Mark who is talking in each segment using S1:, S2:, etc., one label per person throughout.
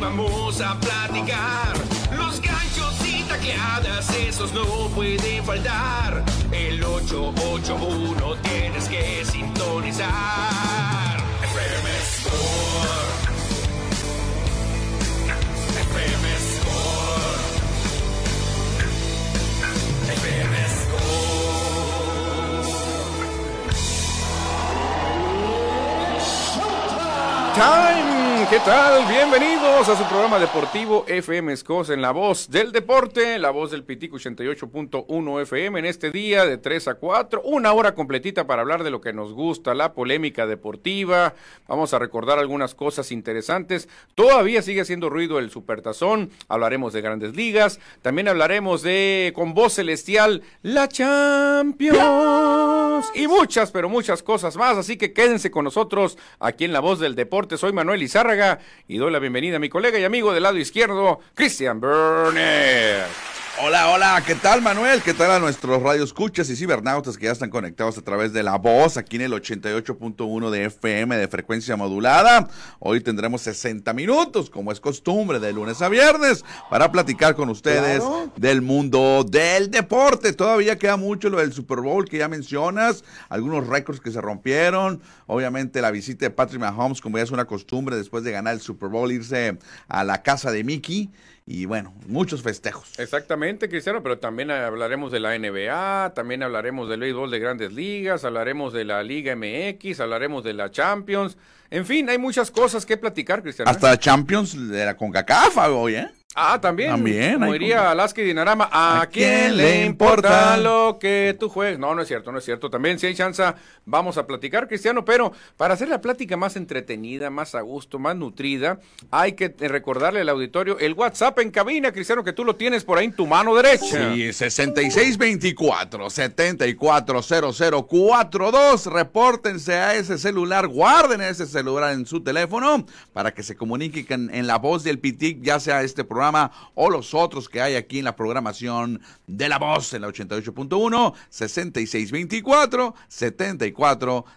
S1: vamos a platicar. Los ganchos y tacleadas, esos no pueden faltar. El 881 tienes que sintonizar. FM Sport. FM Sport. FM Sport.
S2: Time, ¿qué tal? Bienvenidos a su programa deportivo FM Escos en la voz del deporte, la voz del Pitico 88.1 FM en este día de 3 a 4, una hora completita para hablar de lo que nos gusta, la polémica deportiva, vamos a recordar algunas cosas interesantes, todavía sigue haciendo ruido el Supertazón, hablaremos de grandes ligas, también hablaremos de con voz celestial la Champions y muchas, pero muchas cosas más, así que quédense con nosotros aquí en La Voz del Deporte. Soy Manuel Izárraga y doy la bienvenida a mi colega y amigo del lado izquierdo, Cristian Berner.
S3: Hola, hola, ¿qué tal Manuel? ¿Qué tal a nuestros radioescuchas y cibernautas que ya están conectados a través de la voz aquí en el 88.1 de FM de frecuencia modulada? Hoy tendremos 60 minutos, como es costumbre, de lunes a viernes, para platicar con ustedes del mundo del deporte. Todavía queda mucho lo del Super Bowl que ya mencionas, algunos récords que se rompieron, obviamente la visita de Patrick Mahomes, como ya es una costumbre después de ganar el Super Bowl, irse a la casa de Mickey y bueno, muchos festejos.
S2: Exactamente, Cristiano, pero también hablaremos de la NBA, también hablaremos del béisbol de grandes ligas, hablaremos de la Liga MX, hablaremos de la Champions. En fin, hay muchas cosas que platicar, Cristiano. ¿eh?
S3: Hasta la Champions de la CONCACAF hoy, ¿eh?
S2: Ah, también.
S3: También,
S2: Como
S3: hay
S2: diría
S3: cosas.
S2: Alaska y Dinarama, ¿a, quién le importa lo que tú juegues? No, no es cierto, no es cierto. También, si hay chance, vamos a platicar, Cristiano, pero para hacer la plática más entretenida, más a gusto, más nutrida, hay que eh, recordarle al auditorio el WhatsApp en cabina, Cristiano, que tú lo tienes por ahí en tu mano derecha.
S3: Sí, 6624-740042. Repórtense a ese celular, guarden ese celular en su teléfono para que se comuniquen en la voz del PITIC, ya sea este programa o los otros que hay aquí en la programación de la voz en la 88.1,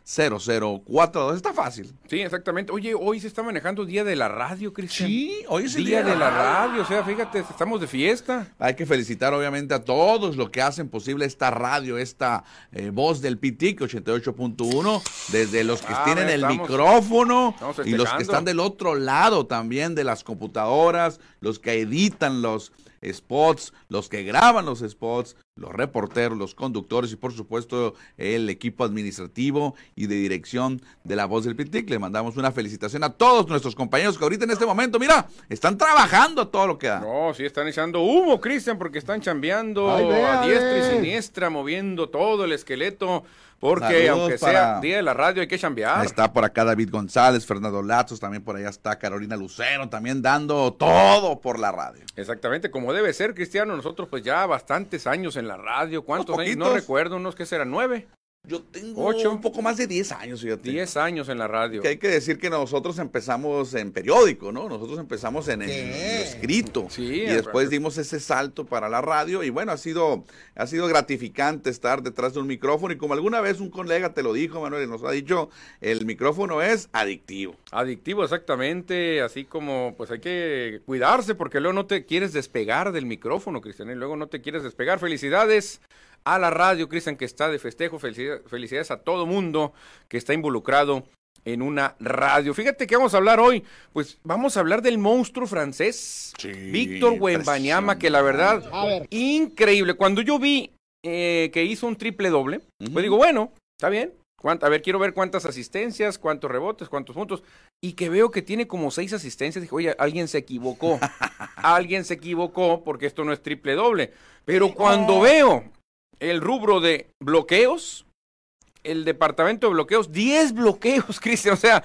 S3: 6624-740042. Está fácil.
S2: Sí, exactamente. Oye, hoy se está manejando Día de la Radio, Cristiano.
S3: hoy
S2: Día de la radio, o sea, fíjate, estamos de fiesta.
S3: Hay que felicitar obviamente a todos los que hacen posible esta radio, esta eh, voz del PITIC 88.1, desde los que
S2: Ah,
S3: tienen
S2: mira,
S3: el
S2: estamos-
S3: micrófono
S2: estamos
S3: y los que
S2: festejando.
S3: están del otro lado también de las computadoras, los que editan los spots, los que graban los spots, los reporteros, los conductores y por supuesto el equipo administrativo y de dirección de la voz del PITIC. Le mandamos una felicitación a todos nuestros compañeros que ahorita en este momento, mira, están trabajando a todo lo que da.
S2: No, sí están echando humo, Cristian, porque están chambeando
S4: Ay,
S2: a
S4: véale.
S2: diestra y siniestra, moviendo todo el esqueleto, porque
S3: Saludos
S2: aunque
S3: para-
S2: sea día de la radio hay que chambear.
S3: Está por acá David González, Fernando Lazos, también por allá está Carolina Lucero, también dando todo por la radio.
S2: Exactamente, como debe ser, Cristiano, nosotros pues ya bastantes años en la radio, ¿cuántos
S3: Unos
S2: años? No
S3: poquitos.
S2: recuerdo, unos que serán nueve,
S3: Yo tengo
S2: Ocho.
S3: un poco más de 10 años, fíjate.
S2: diez años en la radio.
S3: Que hay que decir que nosotros empezamos en periódico, ¿no? Nosotros empezamos en el
S4: Sí.
S3: escrito.
S2: Sí,
S3: y
S2: al
S3: después
S2: rato.
S3: dimos ese salto para la radio. Y bueno, ha sido, ha sido gratificante estar detrás de un micrófono. Y como alguna vez un colega te lo dijo, Manuel, y nos ha dicho, el micrófono es adictivo.
S2: Adictivo, exactamente, así como pues hay que cuidarse porque luego no te quieres despegar del micrófono, Cristian, y luego no te quieres despegar. Felicidades a la radio, Cristian, que está de festejo, Felicidad- felicidades a todo mundo que está involucrado en una radio. Fíjate que vamos a hablar hoy, pues vamos a hablar del monstruo francés,
S3: Sí,
S2: Víctor Wembanyama, que la verdad,
S4: A ver.
S2: increíble. Cuando yo vi eh, que hizo un triple doble,
S3: Ujú.
S2: pues digo, bueno, está bien. Cuánta- a ver, quiero ver cuántas asistencias, cuántos rebotes, cuántos puntos. Y que veo que tiene como seis asistencias. Dije, oye, alguien se equivocó. alguien se equivocó porque esto no es triple doble. Pero
S3: Oh.
S2: cuando veo el rubro de bloqueos, el departamento de bloqueos, 10 bloqueos, Cristian. O sea,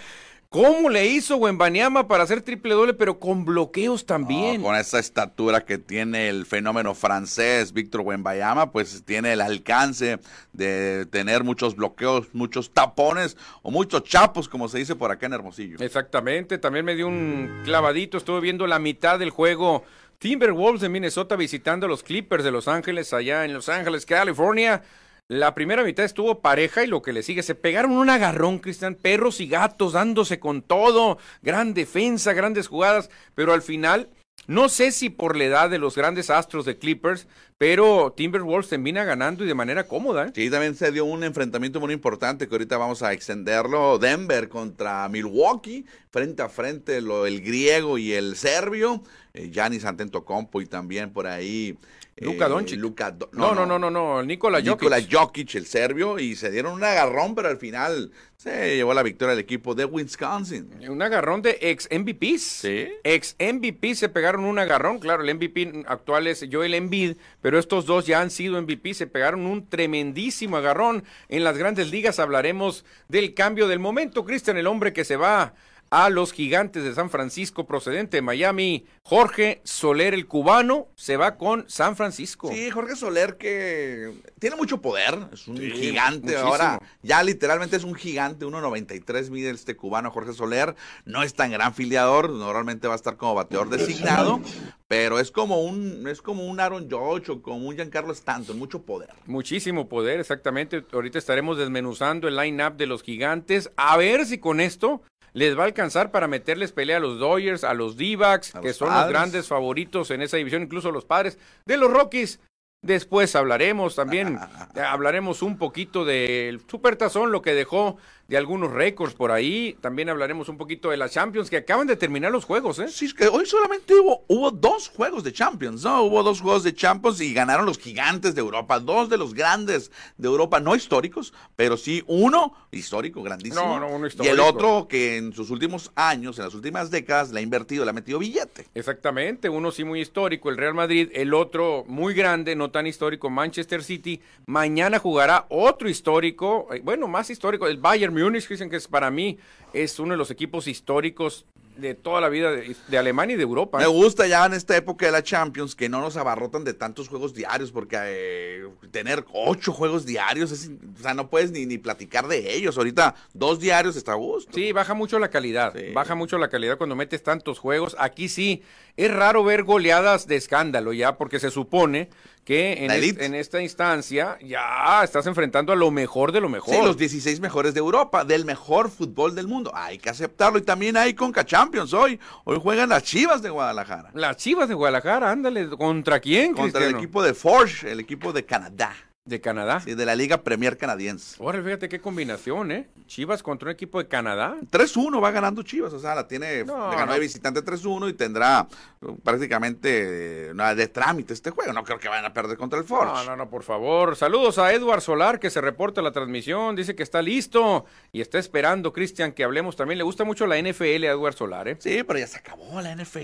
S2: ¿cómo le hizo Wembanyama para hacer triple doble, pero con bloqueos también?
S3: No, con esa estatura que tiene el fenómeno francés Víctor Wembayama, pues tiene el alcance de tener muchos bloqueos, muchos tapones o muchos chapos, como se dice por acá en Hermosillo.
S2: Exactamente, también me dio un clavadito, estuve viendo la mitad del juego. Timberwolves de Minnesota visitando a los Clippers de Los Ángeles, allá en Los Ángeles, California. La primera mitad estuvo pareja y lo que le sigue, se pegaron un agarrón, Cristian, perros y gatos dándose con todo, gran defensa, grandes jugadas, pero al final, no sé si por la edad de los grandes astros de Clippers, pero Timberwolves termina ganando y de manera cómoda. ¿eh?
S3: Sí, también se dio un enfrentamiento muy importante que ahorita vamos a extenderlo. Denver contra Milwaukee, frente a frente lo, el griego y el serbio. Yanis Antetokounmpo y también por ahí eh,
S2: Luka Doncic.
S3: Luka Do-
S2: No, no, no, no, no, Nicola Jokic.
S3: Nikola Jokic, el serbio, y se dieron un agarrón, pero al final se llevó la victoria del equipo de Wisconsin.
S2: Un agarrón de ex MVPs.
S3: Sí.
S2: Ex MVP se pegaron un agarrón. Claro, el MVP actual es Joel Embiid, pero estos dos ya han sido MVP. Se pegaron un tremendísimo agarrón. En las grandes ligas hablaremos del cambio del momento. Cristian, el hombre que se va a los gigantes de San Francisco procedente de Miami, Jorge Soler, el cubano, se va con San Francisco.
S3: Sí, Jorge Soler que tiene mucho poder, es un
S2: Sí,
S3: gigante
S2: muchísimo.
S3: ahora, ya literalmente es un gigante, 1.93 mide este cubano Jorge Soler, no es tan gran filiador, normalmente va a estar como bateador designado, pero es como un es como un Aaron Judge o como un Giancarlo Stanton, mucho poder.
S2: Muchísimo poder, exactamente. Ahorita estaremos desmenuzando el line-up de los gigantes. A ver si con esto les va a alcanzar para meterles pelea a los Dodgers, a los D-backs,
S3: A
S2: que
S3: los
S2: son los
S3: padres.
S2: grandes favoritos en esa división, incluso los padres de los Rockies. Después hablaremos también, eh, hablaremos un poquito del supertazón, lo que dejó de algunos récords por ahí. También hablaremos un poquito de las Champions que acaban de terminar los juegos, ¿eh?
S3: Sí, es que hoy solamente hubo, hubo dos juegos de Champions, ¿no? Hubo dos juegos de Champions y ganaron los gigantes de Europa, dos de los grandes de Europa, no históricos, pero sí uno histórico, grandísimo.
S2: No, no, uno
S3: Y el
S2: histórico.
S3: otro que en sus últimos años, en las últimas décadas, le ha invertido, le ha metido billete.
S2: Exactamente, uno sí muy histórico, el Real Madrid, el otro muy grande, no tan histórico, Manchester City. Mañana jugará otro histórico, eh, bueno, más histórico, el Bayern Múnich, dicen que es para mí es uno de los equipos históricos de toda la vida de, de Alemania y de Europa.
S3: Me
S2: ¿eh?
S3: gusta ya en esta época de la Champions que no nos abarrotan de tantos juegos diarios, porque eh, tener ocho juegos diarios, es in- o sea, no puedes ni, ni platicar de ellos. Ahorita dos diarios está a gusto.
S2: Sí, baja mucho la calidad,
S3: Sí.
S2: baja mucho la calidad cuando metes tantos juegos. Aquí sí, es raro ver goleadas de escándalo ya, porque se supone que en,
S3: La
S2: es-
S3: elite.
S2: en esta instancia ya estás enfrentando a lo mejor de lo mejor.
S3: Sí, los 16 mejores de Europa, del mejor fútbol del mundo. Hay que aceptarlo. Y también hay Conca Champions hoy. Hoy juegan las Chivas de Guadalajara.
S2: Las Chivas de Guadalajara, ándale, ¿contra quién,
S3: Contra el
S2: Cristiano?
S3: equipo de Forge, el equipo de Canadá,
S2: de Canadá.
S3: sí, de la Liga Premier Canadiense.
S2: Ahora fíjate qué combinación, ¿eh? Chivas contra un equipo de Canadá.
S3: 3-1 va ganando Chivas, o sea, la tiene,
S2: No,
S3: le ganó
S2: no.
S3: de visitante 3-1 y tendrá eh, prácticamente eh, una de trámite este juego. No creo que vayan a perder contra el Forge.
S2: No, no, no, por favor. Saludos a Edward Solar que se reporta a la transmisión, dice que está listo y está esperando, Cristian, que hablemos también. Le gusta mucho la NFL a Edward Solar, ¿eh?
S3: Sí, pero ya se acabó la NFL.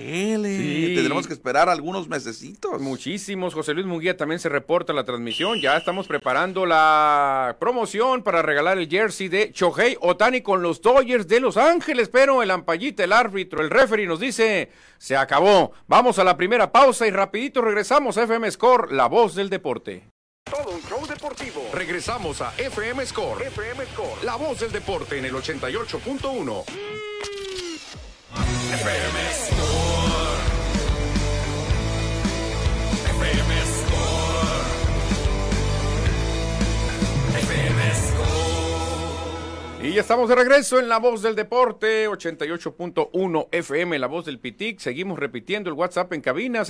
S2: Sí.
S3: Tendremos que esperar algunos mesecitos.
S2: Muchísimos. José Luis Munguía también se reporta a la transmisión. Ya estamos preparando la promoción para regalar el jersey de Chohei Otani con los Dodgers de Los Ángeles. Pero el ampallita, el árbitro, el referee nos dice: se acabó. Vamos a la primera pausa y rapidito regresamos a FM Score, la voz del deporte.
S1: Todo un show deportivo. Regresamos a FM Score. FM Score. La voz del deporte en el 88.1. FM Score. FM Score. FM Score.
S2: Y ya estamos de regreso en La Voz del Deporte, 88.1 FM, La Voz del Pitic. Seguimos repitiendo el WhatsApp en cabina,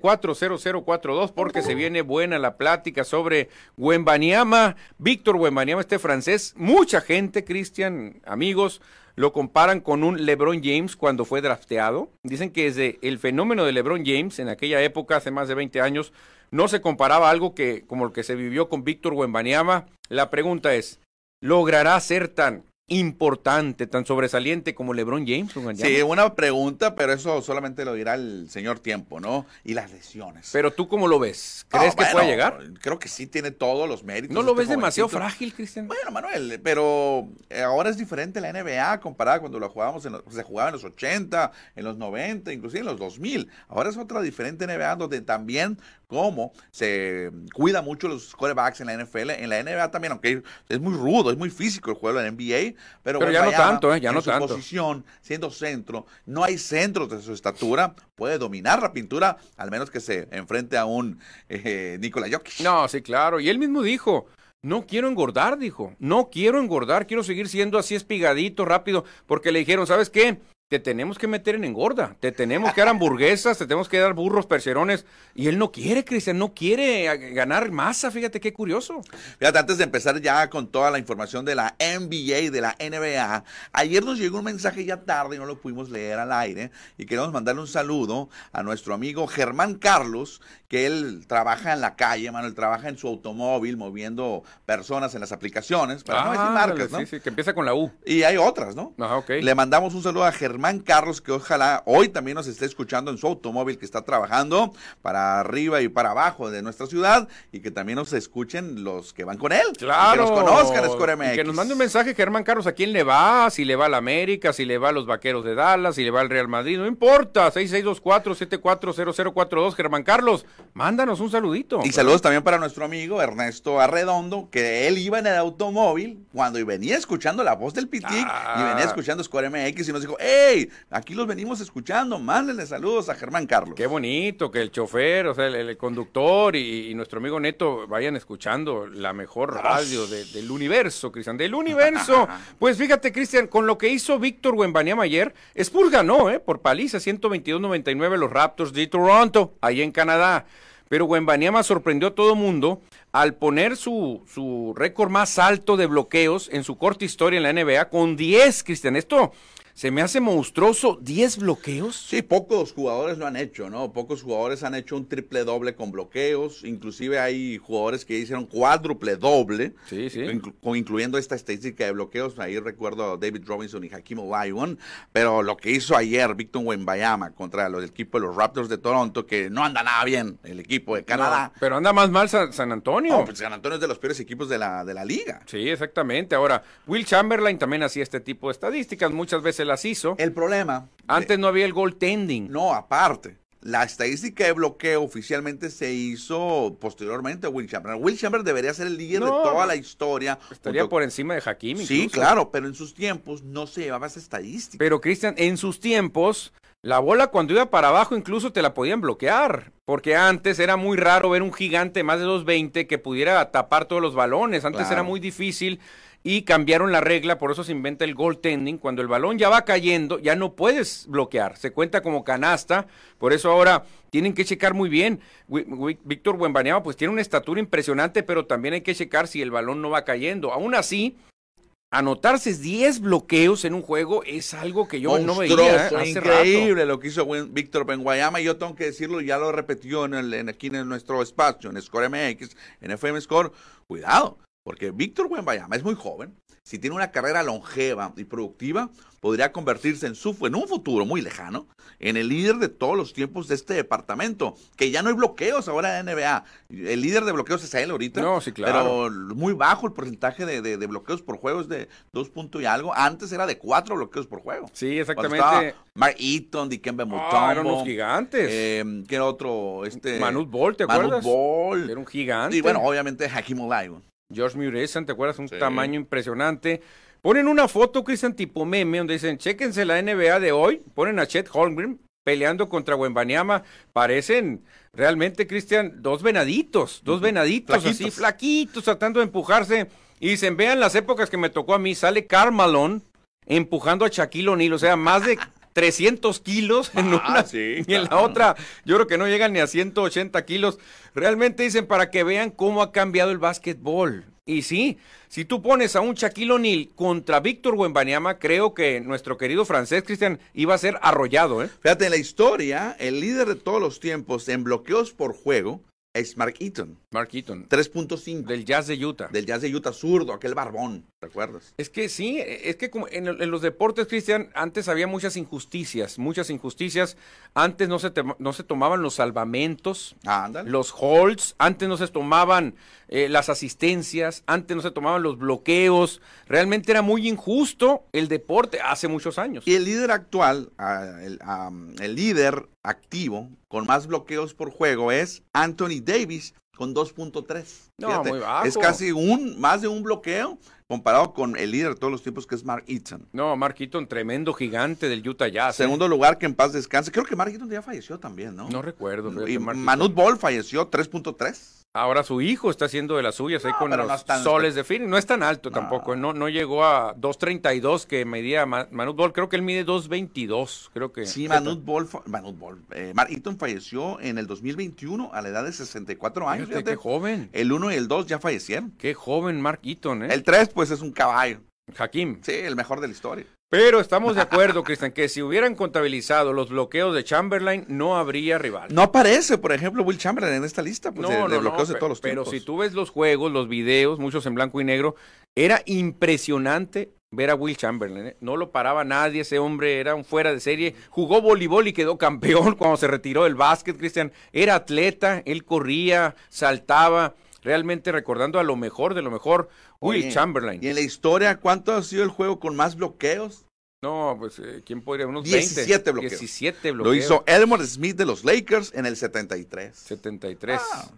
S2: 6624-740042, porque se viene buena la plática sobre Wembaniama. Víctor Wembaniama, este francés, mucha gente, Cristian, amigos, lo comparan con un LeBron James cuando fue drafteado. Dicen que desde el fenómeno de LeBron James en aquella época, hace más de 20 años, no se comparaba algo que como el que se vivió con Víctor Wembaniama. La pregunta es, ¿logrará ser tan importante, tan sobresaliente como LeBron James? Wembanyama?
S3: Sí, una pregunta, pero eso solamente lo dirá el señor tiempo, ¿no? Y las lesiones.
S2: Pero tú cómo lo ves? ¿Crees
S3: No,
S2: que
S3: bueno,
S2: puede llegar?
S3: Creo que sí tiene todos los méritos.
S2: ¿No lo
S3: este
S2: ves demasiado
S3: jovencito.
S2: frágil, Cristian?
S3: Bueno, Manuel, pero eh, ahora es diferente la NBA comparada cuando la jugábamos en los- se jugaba en los 80, en los 90, inclusive en los 2000. Ahora es otra diferente NBA donde también como se cuida mucho los corebacks en la NFL. En la NBA también, aunque es muy rudo, es muy físico el juego de la NBA, sí, pero,
S2: Pero ya no
S3: Wembanyama,
S2: tanto, ¿eh? Ya
S3: en
S2: no
S3: su
S2: tanto.
S3: posición, siendo centro, no hay centros de su estatura, puede dominar la pintura, al menos que se enfrente a un eh, Nikola Jokic.
S2: No, sí, claro. Y él mismo dijo, no quiero engordar, dijo. No quiero engordar, quiero seguir siendo así espigadito, rápido, porque le dijeron, ¿sabes qué? Te tenemos que meter en engorda, te tenemos que dar hamburguesas, te tenemos que dar burros, percherones. Y él no quiere, Cristian, no quiere eh, ganar masa, fíjate qué curioso.
S3: Fíjate, antes de empezar ya con toda la información de la NBA y de la NBA, ayer nos llegó un mensaje ya tarde y no lo pudimos leer al aire. Y queremos mandarle un saludo a nuestro amigo Germán Carlos, que él trabaja en la calle, Manuel, trabaja en su automóvil moviendo personas en las aplicaciones, para no decir marcas, ¿no?
S2: Ah, Sí, sí, que empieza con la U.
S3: Y hay otras, ¿no?
S2: Ajá, ok.
S3: Le mandamos un saludo a Germán Carlos, que ojalá hoy también nos esté escuchando en su automóvil que está trabajando para arriba y para abajo de nuestra ciudad y que también nos escuchen los que van con él. y
S2: Claro.
S3: Que nos conozcan, Score
S2: Y Que nos
S3: MX.
S2: mande un mensaje, Germán Carlos, a quién le va, si le va a la América, si le va a los Vaqueros de Dallas, si le va al Real Madrid, no importa. 6624-740042, Germán Carlos, mándanos un saludito.
S3: Y saludos también para nuestro amigo Ernesto Arredondo, que él iba en el automóvil cuando y venía escuchando la voz del Pitic
S2: Ah.
S3: y venía escuchando Score MX y nos dijo, hey, aquí los venimos escuchando, mándenle saludos a Germán Carlos.
S2: Qué bonito que el chofer, o sea, el, el conductor y, y nuestro amigo Neto vayan escuchando la mejor radio de- del universo, Cristian, del universo. Pues fíjate, Cristian, con lo que hizo Víctor Wembanyama ayer, Spurs ganó, ¿eh? Por paliza, 122-99 los Raptors de Toronto, ahí en Canadá. Pero Wembanyama sorprendió a todo mundo al poner su, su récord más alto de bloqueos en su corta historia en la NBA con 10, Cristian. Esto se me hace monstruoso, 10 bloqueos.
S3: Sí, pocos jugadores lo han hecho, ¿no? Pocos jugadores han hecho un triple doble con bloqueos. Inclusive hay jugadores que hicieron cuádruple doble.
S2: Sí, sí.
S3: inclu- con- incluyendo esta estadística de bloqueos. Ahí recuerdo a David Robinson y Hakim Olajuwon. Pero lo que hizo ayer Víctor Wembayama contra los del equipo de los Raptors de Toronto, que no anda nada bien el equipo de Canadá.
S2: No, pero anda más mal San, San Antonio.
S3: No, pues San Antonio es de los peores equipos de la, de la liga.
S2: Sí, exactamente. Ahora, Will Chamberlain también hacía este tipo de estadísticas, muchas veces las hizo.
S3: El problema
S2: Antes no había el goaltending.
S3: Eh, No, aparte. La estadística de bloqueo oficialmente se hizo posteriormente a Will Chamberlain. Will Chamberlain debería ser el líder de
S2: No,
S3: toda la historia.
S2: Estaría
S3: junto-
S2: por encima de Hakimi.
S3: Sí,
S2: incluso.
S3: claro, pero en sus tiempos no se llevaba esa estadística.
S2: Pero Cristian, en sus tiempos, la bola cuando iba para abajo incluso te la podían bloquear, porque antes era muy raro ver un gigante más de 2.20 que pudiera tapar todos los balones, antes
S3: Claro.
S2: era muy difícil y cambiaron la regla, por eso se inventa el goaltending, cuando el balón ya va cayendo, ya no puedes bloquear, se cuenta como canasta, por eso ahora tienen que checar muy bien. Wi- Wi- Víctor Buenbaneaba pues tiene una estatura impresionante, pero también hay que checar si el balón no va cayendo. Aún así, anotarse 10 bloqueos en un juego es algo que yo no veía ¿eh?
S3: Monstruoso,
S2: hace rato.
S3: increíble lo que hizo Win- Víctor Benguayama. Y yo tengo que decirlo, ya lo repetió en el- en- aquí en nuestro espacio, en Score MX, en FM Score. Cuidado, porque Víctor Benguayama es muy joven. Si tiene una carrera longeva y productiva, podría convertirse en, su, en un futuro muy lejano en el líder de todos los tiempos de este departamento. Que ya no hay bloqueos ahora en la NBA. El líder de bloqueos es él ahorita.
S2: No, sí, claro.
S3: Pero muy bajo el porcentaje de, de- de bloqueos por juego, es de dos puntos y algo. Antes era de cuatro bloqueos por juego.
S2: Sí,
S3: Cuando
S2: exactamente.
S3: estaba Mark Eaton, Dikembe Mutombo.
S2: Ah, eran unos gigantes.
S3: Eh, ¿Qué era otro? Este,
S2: Manute Bol, ¿te
S3: Manute
S2: acuerdas?
S3: Bol.
S2: Era un gigante.
S3: Y bueno, obviamente Hakim Olajuwon.
S2: George Muresan, ¿te acuerdas? Un
S3: Sí.
S2: tamaño impresionante. Ponen una foto, Cristian, tipo meme, donde dicen, chéquense la NBA de hoy. Ponen a Chet Holmgren peleando contra Wembanyama. Parecen realmente, Cristian, dos venaditos, dos venaditos así,
S3: Flaquitos.
S2: flaquitos, tratando de empujarse. Y dicen, vean las épocas que me tocó a mí. Sale Carmalón empujando a Shaquille O'Neal, o sea, más de 300 kilos en
S3: Ah,
S2: una
S3: sí,
S2: y en la
S3: claro.
S2: otra yo creo que no llegan ni a 180 kilos. Realmente dicen para que vean cómo ha cambiado el básquetbol. Y sí, si tú pones a un Shaquille O'Neal contra Víctor Wembanyama, creo que nuestro querido francés Cristian iba a ser arrollado, ¿eh?
S3: Fíjate, en la historia, el líder de todos los tiempos en bloqueos por juego es Mark Eaton.
S2: Mark Eaton,
S3: 3.5.
S2: del Jazz de Utah.
S3: Del jazz de Utah zurdo, aquel barbón. ¿Te acuerdas?
S2: Es que sí, es que como en, el- en los deportes, Cristian, antes había muchas injusticias, muchas injusticias. Antes no se, tem- no se tomaban los salvamentos,
S3: Ah, ándale.
S2: los holds, antes no se tomaban eh, las asistencias, antes no se tomaban los bloqueos. Realmente era muy injusto el deporte hace muchos años.
S3: Y el líder actual, ah, el, ah, el líder activo con más bloqueos por juego es Anthony Davis con 2.3.
S2: No,
S3: Fíjate,
S2: muy bajo.
S3: Es casi un, más de un bloqueo comparado con el líder de todos los tiempos que es Mark Eaton.
S2: No, Mark Eaton, tremendo gigante del Utah Jazz. ¿eh?
S3: Segundo lugar, que en paz descanse. Creo que Mark Eaton ya falleció también, ¿no?
S2: No recuerdo. fíjate,
S3: y
S2: Mark Eaton.
S3: Manute Ball falleció 3.3.
S2: Ahora su hijo está haciendo de las suyas ahí
S3: No,
S2: con
S3: pero
S2: los
S3: no es tan-
S2: soles de Phoenix. No es tan alto tampoco. ¿eh? No, no llegó a 2.32 que medía Ma- Manute Ball. Creo que él mide 2.22. Creo que.
S3: Sí, Manute Ball, fa- Manute Ball, eh, Mark Eaton falleció en el 2021 a la edad de 64 años.
S2: Fíjate, qué
S3: fíjate.
S2: joven.
S3: El 1 y el 2 ya fallecieron.
S2: Qué joven Mark Eaton, ¿eh?
S3: El 3, pues es un caballo.
S2: Hakim.
S3: Sí, el mejor de la historia.
S2: Pero estamos de acuerdo, Cristian, que si hubieran contabilizado los bloqueos de Chamberlain, no habría rival.
S3: No aparece, por ejemplo, Will Chamberlain en esta lista pues, de, de bloqueos de
S2: pe-
S3: todos los
S2: pero
S3: tiempos.
S2: si tú ves los juegos, los videos, muchos en blanco y negro, era impresionante ver a Will Chamberlain. ¿eh? No lo paraba nadie, ese hombre era un fuera de serie. Jugó voleibol y quedó campeón cuando se retiró del básquet, Cristian. Era atleta, él corría, saltaba, realmente recordando a lo mejor de lo mejor Will
S3: Oye,
S2: Chamberlain.
S3: Y en la historia, ¿cuánto ha sido el juego con más bloqueos?
S2: No, pues, eh, ¿quién podría? Unos
S3: 17
S2: 20,
S3: bloqueos.
S2: 17 bloqueos.
S3: Lo hizo Elmore Smith de los Lakers en el 73.
S2: 73.
S3: Ah.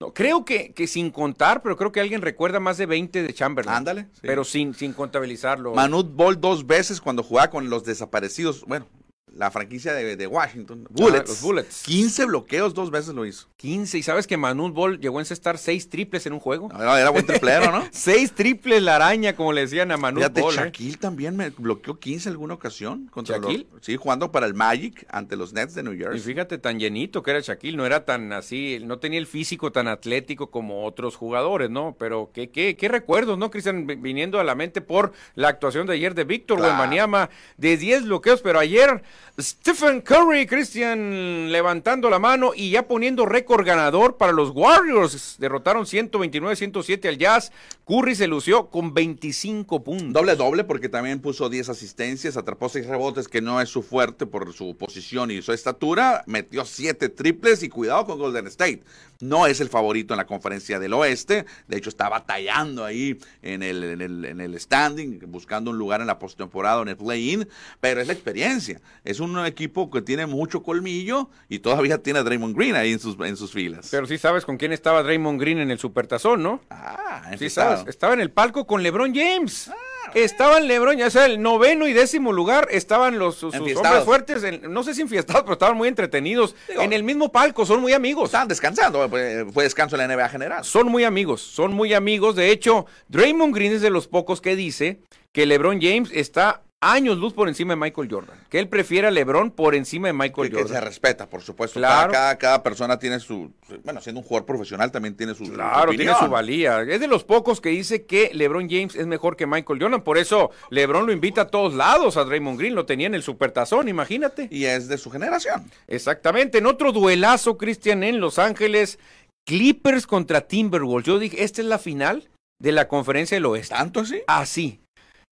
S2: No, creo que, que sin contar, pero creo que alguien recuerda más de 20 de Chamberlain.
S3: Ándale, sí.
S2: Pero sin, sin contabilizarlo. Ah,
S3: Manute Ball dos veces cuando jugaba con los desaparecidos. Bueno, la franquicia de, de Washington. Bullets.
S2: Ah, los Bullets.
S3: 15 bloqueos dos veces lo hizo.
S2: 15. ¿Y sabes que Manute Ball llegó a encestar 6 triples en un juego?
S3: No, Era buen triplero, ¿no?
S2: 6 triples la araña, como le decían a Manute
S3: Fíjate,
S2: Ball. ¿eh?
S3: Shaquille también me bloqueó 15 alguna ocasión. Contra los-
S2: ¿Shaquille?
S3: sí, jugando para el Magic ante los Nets de New
S2: Y
S3: Jersey.
S2: fíjate, tan llenito que era Shaquille, no era tan así, no tenía el físico tan atlético como otros jugadores, ¿no? Pero qué, qué, qué recuerdos, ¿no, Cristian? Vi- Viniendo a la mente por la actuación de ayer de Víctor
S3: Claro.
S2: Wembanyama de 10 bloqueos, pero ayer Stephen Curry, Cristian, levantando la mano y ya poniendo récord ganador para los Warriors. Derrotaron 129-107 al Jazz. Curry se lució con 25 puntos.
S3: Doble doble porque también puso 10 asistencias, atrapó 6 rebotes que no es su fuerte por su posición y su estatura, metió 7 triples y cuidado con Golden State. No es el favorito en la conferencia del oeste, de hecho está batallando ahí en el, en el, en el standing, buscando un lugar en la postemporada, en el play-in, pero es la experiencia. Es un equipo que tiene mucho colmillo y todavía tiene a Draymond Green ahí en sus, en sus filas.
S2: Pero sí sabes con quién estaba Draymond Green en el Supertazón, ¿no?
S3: ah,
S2: Sí,
S3: empezado.
S2: sabes, estaba en el palco con LeBron James. Ah, Estaban LeBron, ya sea el noveno y décimo lugar, estaban los sus, sus hombres
S3: Enfiestados.
S2: fuertes, en- no sé si enfiestados, pero estaban muy entretenidos.
S3: Digo-
S2: en el mismo palco, son muy amigos.
S3: Estaban descansando, fue fue descanso en la NBA general.
S2: Son muy amigos, son muy amigos. De hecho, Draymond Green es de los pocos que dice que LeBron James está años luz por encima de Michael Jordan. Que él prefiere a LeBron por encima de Michael
S3: que, que se
S2: Jordan.
S3: respeta, por supuesto.
S2: Claro.
S3: Cada, cada, cada persona tiene su, su- bueno, siendo un jugador profesional también tiene su
S2: Claro, tiene su
S3: valor.
S2: valía. Es de los pocos que dice que LeBron James es mejor que Michael Jordan. Por eso LeBron lo invita a todos lados a Draymond Green. Lo tenía en el supertazón, imagínate.
S3: Y es de su generación.
S2: Exactamente, en otro duelazo, Cristian, en Los Ángeles, Clippers contra Timberwolves. Yo dije, esta es la final de la conferencia del oeste.
S3: ¿Tanto así?
S2: Así.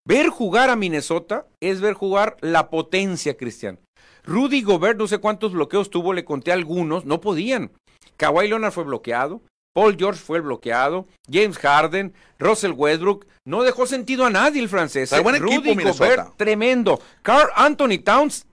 S2: Ver jugar a Minnesota es ver jugar la potencia, Cristian. Rudy Gobert, no sé cuántos bloqueos tuvo, le conté algunos, no podían. Kawhi Leonard fue bloqueado, Paul George fue bloqueado, James Harden, Russell Westbrook, no dejó sentido a nadie el francés.
S3: Trae
S2: eh.
S3: buen
S2: Rudy
S3: equipo, Minnesota.
S2: Gobert, tremendo. Carl Anthony Towns,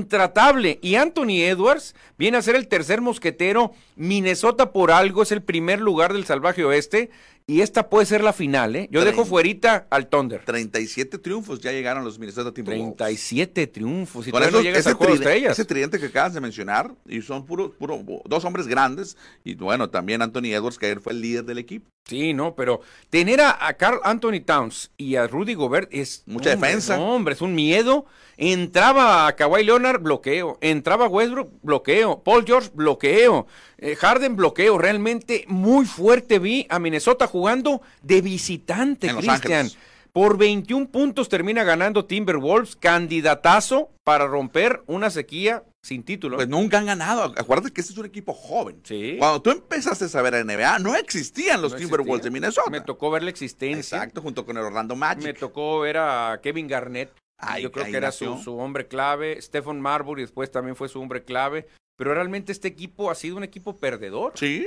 S2: intratable. Y Anthony Edwards viene a ser el tercer mosquetero. Minnesota por algo es el primer lugar del salvaje oeste. Y esta puede ser la final, ¿eh? Yo dejo
S3: Trein-
S2: fuerita al Thunder.
S3: 37 triunfos ya llegaron los Minnesota Timberwolves.
S2: 37 triunfos. Y
S3: Con
S2: todavía no
S3: eso,
S2: llegas
S3: ese,
S2: al juego de
S3: tridente-
S2: estrellas.
S3: ese tridente que acabas de mencionar, y son puro, puro, dos hombres grandes, y bueno, también Anthony Edwards, que ayer fue el líder del equipo.
S2: Sí, no, pero tener a, a Carl Anthony Towns y a Rudy Gobert es.
S3: Mucha
S2: hombre,
S3: defensa.
S2: no, hombre, es un miedo. Entraba a Kawhi Leonard, bloqueo. Entraba Westbrook, bloqueo. Paul George, bloqueo. Eh, Harden, bloqueo. Realmente muy fuerte vi a Minnesota jugando de visitante,
S3: En Los
S2: Cristian.
S3: Ángeles.
S2: Por 21 puntos termina ganando Timberwolves, candidatazo para romper una sequía sin título.
S3: Pues nunca han ganado. Acuérdate que este es un equipo joven.
S2: Sí.
S3: Cuando tú empezaste a saber NBA, no existían los
S2: No
S3: Timberwolves
S2: existía.
S3: de Minnesota.
S2: Me tocó ver la existencia.
S3: Exacto, junto con el Orlando Magic.
S2: Me tocó ver a Kevin Garnett.
S3: Ahí-
S2: Yo creo
S3: ahí
S2: que era su,
S3: nació.
S2: su hombre clave. Stephen Marbury después también fue su hombre clave. Pero realmente este equipo ha sido un equipo perdedor.
S3: Sí.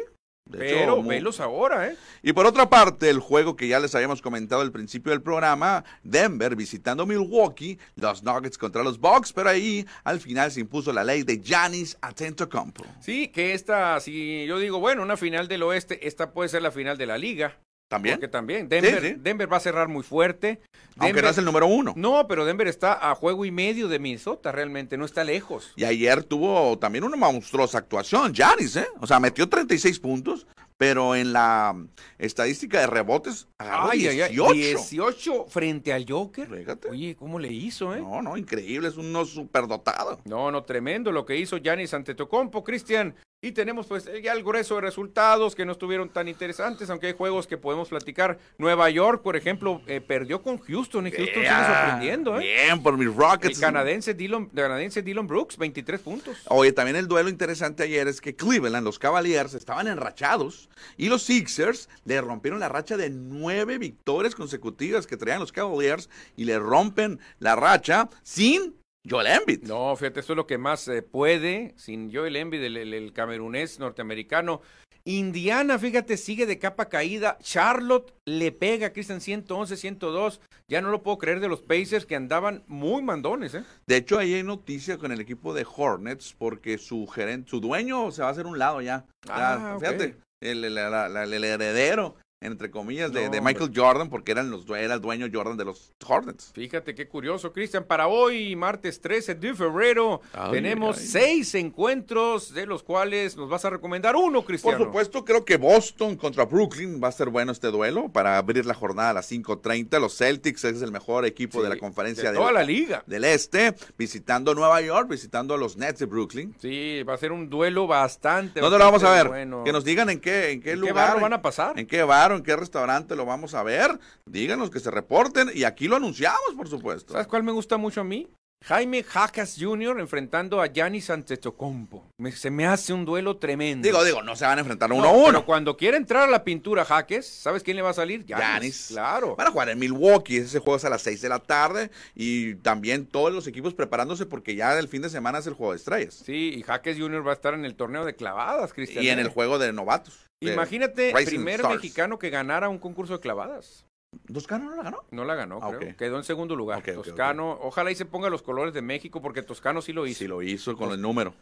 S3: de hecho,
S2: pero
S3: mu-
S2: velos ahora, ¿eh?
S3: Y por otra parte, el juego que ya les habíamos comentado al principio del programa, Denver visitando Milwaukee, los Nuggets contra los Bucks, pero ahí al final se impuso la ley de Giannis Antetokounmpo.
S2: Sí, que esta, si yo digo, bueno, una final del oeste, esta puede ser la final de la liga.
S3: ¿También?
S2: Porque también. Denver,
S3: sí.
S2: Denver va a cerrar muy fuerte.
S3: Aunque
S2: Denver-
S3: no es el número uno.
S2: No, pero Denver está a juego y medio de Minnesota realmente, no está lejos.
S3: Y ayer tuvo también una monstruosa actuación, Giannis, ¿eh? O sea, metió 36 puntos, pero en la um, estadística de rebotes agarró 18.
S2: 18 frente al Joker.
S3: Fíjate.
S2: Oye, ¿cómo le hizo, eh?
S3: No, no, increíble, es uno superdotado.
S2: No, no, tremendo lo que hizo Giannis ante Tocompo, Cristian. Y tenemos pues eh, ya el grueso de resultados que no estuvieron tan interesantes, aunque hay juegos que podemos platicar. Nueva York, por ejemplo, eh, perdió con Houston y Houston sigue
S3: Ea,
S2: sorprendiendo, ¿eh?
S3: Bien, por mis
S2: El
S3: Rockets.
S2: canadiense Dylan, canadiense Dylan Brooks, 23 puntos.
S3: Oye, también el duelo interesante ayer es que Cleveland, los Cavaliers, estaban enrachados y los Sixers le rompieron la racha de nueve victorias consecutivas que traían los Cavaliers y le rompen la racha sin Joel Embiid.
S2: No, fíjate, eso es lo que más eh, puede. Sin Joel Embiid, el, el- el camerunés norteamericano. Indiana, fíjate, sigue de capa caída. Charlotte le pega, Cristian, 111, 102. Ya no lo puedo creer de los Pacers que andaban muy mandones, ¿eh?
S3: De hecho, ahí hay noticia con el equipo de Hornets porque su gerente, su dueño se va a hacer un lado ya. Ya,
S2: Ah, ok.
S3: Fíjate, el, el- la- la- el heredero, entre comillas, de,
S2: No,
S3: de
S2: hombre.
S3: Michael Jordan, porque eran los, due- era el dueño Jordan de los Hornets.
S2: Fíjate qué curioso, Cristian. Para hoy, martes 13 de febrero,
S3: Ay,
S2: tenemos
S3: ay.
S2: seis encuentros, de los cuales nos vas a recomendar uno,
S3: Por
S2: Cristian.
S3: supuesto, creo que Boston contra Brooklyn va a ser bueno este duelo para abrir la jornada a las 5.30. Los Celtics es el mejor equipo de la conferencia de-
S2: toda la liga.
S3: del Este, visitando Nueva York, visitando a los Nets de Brooklyn.
S2: Sí, va a ser un duelo bastante.
S3: ¿Dónde lo vamos a
S2: bastante
S3: ver?
S2: bueno.
S3: Que nos digan en qué, en qué
S2: ¿En qué
S3: lugar.
S2: barro van a pasar?
S3: ¿En qué bar o en qué restaurante lo vamos a ver? Díganos que se reporten y aquí lo anunciamos, por supuesto.
S2: ¿Sabes cuál me gusta mucho a mí? Jaime Jacas Jr. enfrentando a Giannis Antetokounmpo. Me- se me hace un duelo tremendo.
S3: Digo, digo, no se van a enfrentar uno
S2: No,
S3: a uno.
S2: Pero cuando quiere entrar a la pintura Jaques, ¿sabes quién le va a salir? Giannis.
S3: Giannis.
S2: Claro.
S3: Van a jugar en Milwaukee, ese juego es a las 6 de la tarde y también todos los equipos preparándose porque ya el fin de semana es el juego de estrellas
S2: Sí, y Jaques Jr. va a estar en el torneo de clavadas, Cristian.
S3: y en el juego de novatos. de
S2: Imagínate,
S3: Rising
S2: primer
S3: Stars.
S2: mexicano que ganara un concurso de clavadas.
S3: ¿Toscano no la ganó?
S2: No la ganó,
S3: Ah,
S2: creo.
S3: ok.
S2: Quedó en segundo lugar.
S3: Ok, ok, ok.
S2: Toscano, ojalá y se ponga los colores de México, porque Toscano sí lo
S3: Y
S2: hizo.
S3: sí lo hizo con el número.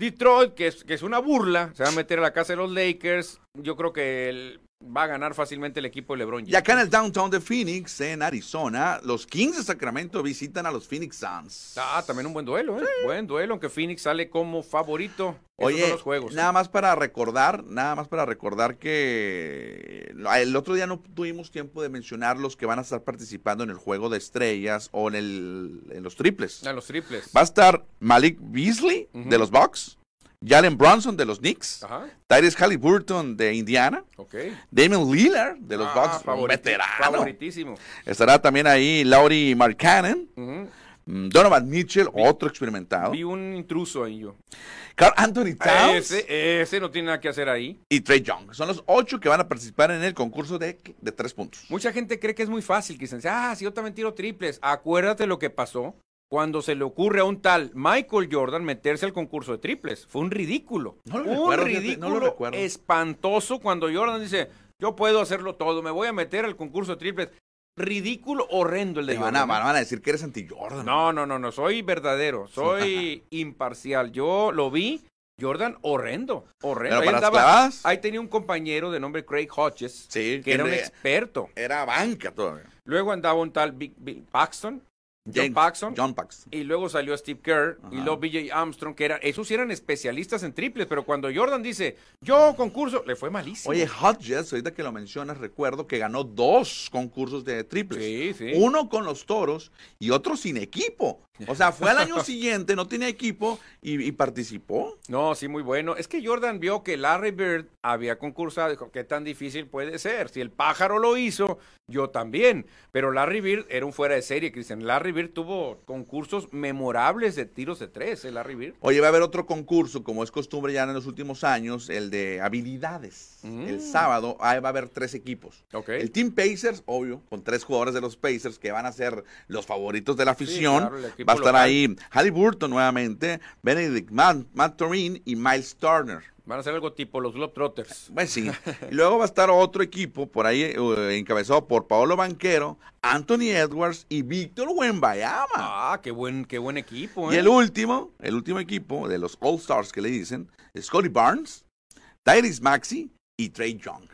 S2: Detroit, que es, que es una burla, se va a meter a la casa de los Lakers. Yo creo que él va a ganar fácilmente el equipo de LeBron James.
S3: Y acá en el downtown de Phoenix, en Arizona, los Kings de Sacramento visitan a los Phoenix Suns.
S2: Ah, también un buen duelo, ¿eh? Buen duelo, aunque Phoenix sale como favorito. Esos
S3: Oye,
S2: son los juegos.
S3: nada más para recordar, nada más para recordar que ah, el otro día no tuvimos tiempo de mencionar los que van a estar participando en el juego de estrellas o en, el, en los triples.
S2: A Ah, los triples.
S3: Va a estar Malik Beasley de
S2: Ujú.
S3: los Bucks, Jalen Bronson de los Knicks,
S2: Ajá,
S3: Tyrese Halliburton de Indiana,
S2: ok.
S3: Damon Lillard de los
S2: Ah,
S3: Bucks, un
S2: favoriti-
S3: veterano.
S2: Favoritísimo.
S3: Estará también ahí Laurie Markkanen,
S2: Ujú.
S3: mm, Donovan Mitchell, otro experimentado,
S2: Vi un intruso ahí yo.
S3: Carl Anthony Towns.
S2: Ese, ese no tiene nada que hacer ahí.
S3: y Trey Young. Son los ocho que van a participar en el concurso de, de tres puntos.
S2: Mucha gente cree que es muy fácil, que dicen, ah, si yo también tiro triples. Acuérdate lo que pasó cuando se le ocurre a un tal Michael Jordan meterse al concurso de triples. Fue un ridículo.
S3: No lo
S2: un
S3: recuerdo, fíjate, no
S2: ridículo
S3: lo recuerdo.
S2: espantoso cuando Jordan dice, yo puedo hacerlo todo, me voy a meter al concurso de triples. Ridículo, horrendo el de
S3: Le van a,
S2: Jordan.
S3: van a decir que eres anti-Jordan.
S2: No, no, no, no, soy verdadero, soy imparcial. Yo lo vi, Jordan, horrendo, horrendo.
S3: Pero
S2: Ahí
S3: para las
S2: andaba-
S3: clavadas.
S2: ahí tenía un compañero de nombre Craig Hodges,
S3: Sí,
S2: que era un
S3: era-
S2: experto.
S3: Era banca todavía.
S2: Luego andaba un tal Big, Big Paxton,
S3: James-
S2: Paxson.
S3: John Paxton.
S2: y luego salió Steve Kerr, y
S3: Ajá.
S2: luego BJ Armstrong, que eran, esos sí eran especialistas en triples, pero cuando Jordan dice, yo concurso, le fue malísimo.
S3: Oye, Hodges, ahorita que lo mencionas, recuerdo que ganó dos concursos de triples.
S2: Sí, sí.
S3: Uno con los toros y otro sin equipo. O sea, fue al año siguiente, no tenía equipo y, y participó.
S2: No, sí, muy bueno. Es que Jordan vio que Larry Bird había concursado, dijo, ¿qué tan difícil puede ser? Si el pájaro lo hizo, yo también. Pero Larry Bird era un fuera de serie, Cristian. Larry Bird tuvo concursos memorables de tiros de tres, ¿eh, Larry Bird?
S3: Oye, va a haber otro concurso, como es costumbre ya en los últimos años, el de habilidades. El
S2: Mm.
S3: sábado ahí va a haber tres equipos.
S2: Ok.
S3: El Team Pacers, obvio, con tres jugadores de los Pacers que van a ser los favoritos de la afición.
S2: claro, el equipo
S3: va a estar
S2: local.
S3: ahí Halliburton nuevamente, Benedict Man, Matt Torin y Miles Turner.
S2: Van a ser algo tipo los Globetrotters.
S3: Pues sí. Y Luego va a estar otro equipo por ahí eh, encabezado por Paolo Banquero, Anthony Edwards y Víctor Wembayama.
S2: Ah, qué buen, qué buen equipo,
S3: Y
S2: ¿eh?
S3: el último, el último equipo de los All Stars que le dicen, Scotty Barnes, Tyrese Maxey y Trey Young.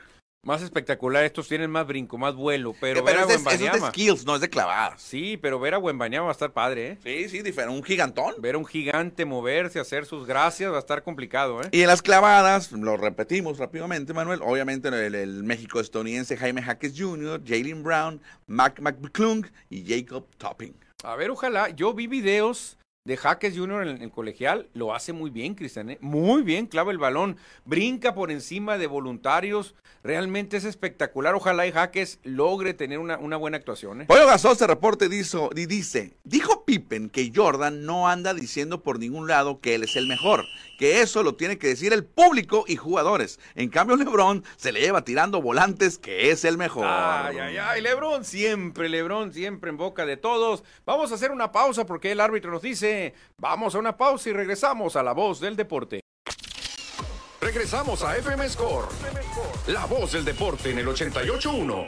S2: más espectacular. Estos tienen más brinco, más vuelo. Pero,
S3: Eh,
S2: ver
S3: pero
S2: a
S3: es de- eso es, de,
S2: Wembanyama-
S3: skills, no es de clavadas.
S2: Sí, pero ver a Wembanyama va a estar padre, ¿eh?
S3: Sí, sí, difer- un gigantón.
S2: Ver a un gigante moverse, hacer sus gracias, va a estar complicado, ¿eh?
S3: Y en las clavadas, lo repetimos rápidamente, Manuel, obviamente el, el México-estadounidense Jaime Jaques Jr., Jalen Brown, Mac McClung y Jacob Topping.
S2: A ver, ojalá. Yo vi videos de Jaques Jr. en el colegial. Lo hace muy bien, Cristian. ¿eh? Muy bien, clava el balón. Brinca por encima de voluntarios. Realmente es espectacular. Ojalá y Jaques logre tener una, una buena actuación. ¿eh?
S3: Pollo Gasol se reporte dizo- y dice, dijo Pippen que Jordan no anda diciendo por ningún lado que él es el mejor, que eso lo tiene que decir el público y jugadores. En cambio, LeBron se le lleva tirando volantes que es el mejor.
S2: Ay, ay, ay, Lebrón siempre, Lebrón siempre en boca de todos. Vamos a hacer una pausa porque el árbitro nos dice, vamos a una pausa y regresamos a la voz del deporte.
S1: Regresamos a FM Score. La voz del deporte en el 88.1.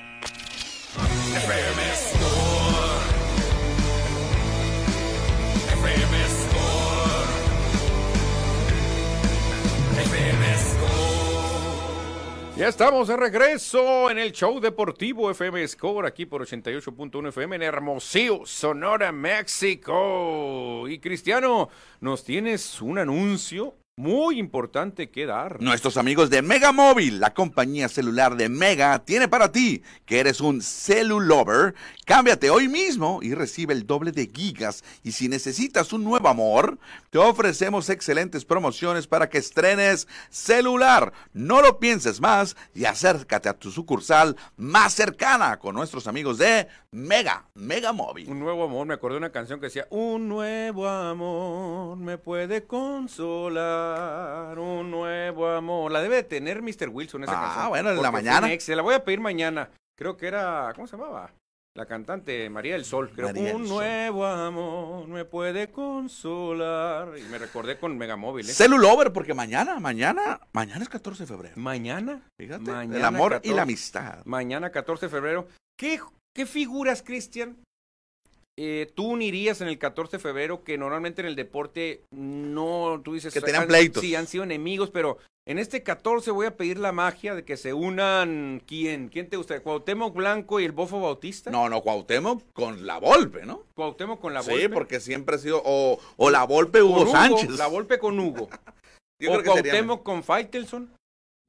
S2: Ya estamos de regreso en el show deportivo FM Score, aquí por 88.1 FM en Hermosillo, Sonora, México. Y Cristiano, nos tienes un anuncio muy importante que dar.
S3: Nuestros amigos de Mega Móvil, la compañía celular de Mega, tiene para ti que eres un cellulover. Cámbiate hoy mismo y recibe el doble de gigas. Y si necesitas un nuevo amor, te ofrecemos excelentes promociones para que estrenes celular. No lo pienses más y acércate a tu sucursal más cercana con nuestros amigos de Mega, Mega Móvil.
S2: Un nuevo amor, me acordé de una canción que decía, un nuevo amor me puede consolar, un nuevo amor. La debe de tener Mr. Wilson esa
S3: Ah,
S2: canción.
S3: bueno, en la
S2: porque fue
S3: mañana.
S2: un ex, Se la voy a pedir mañana. Creo que era, ¿cómo se llamaba? La cantante María del Sol. Creo,
S3: María del
S2: un
S3: Sol.
S2: nuevo amor me puede consolar. Y me recordé con Megamóvil, ¿eh?
S3: Cellulover, porque mañana, mañana, mañana es 14 de febrero.
S2: Mañana,
S3: Fíjate, el
S2: Mañana
S3: amor y
S2: 14.
S3: la amistad.
S2: mañana 14 de febrero. ¿Qué, qué figuras, Cristian, eh, tú unirías en el 14 de febrero que normalmente en el deporte no, tú dices... eh,
S3: Que tenían
S2: han-
S3: pleitos.
S2: Sí, han sido enemigos, pero en este 14 voy a pedir la magia de que se unan... ¿Quién? ¿Quién te gusta? ¿Cuauhtémoc Blanco y el Bofo Bautista?
S3: No, no, Cuauhtémoc con la Volpe, ¿no?
S2: ¿Cuauhtémoc con la
S3: sí,
S2: Volpe?
S3: porque siempre ha sido o, o la Volpe Hugo,
S2: Con
S3: Sánchez.
S2: La Volpe con Hugo.
S3: Yo
S2: o
S3: creo que sería-
S2: Cuauhtémoc con Faitelson,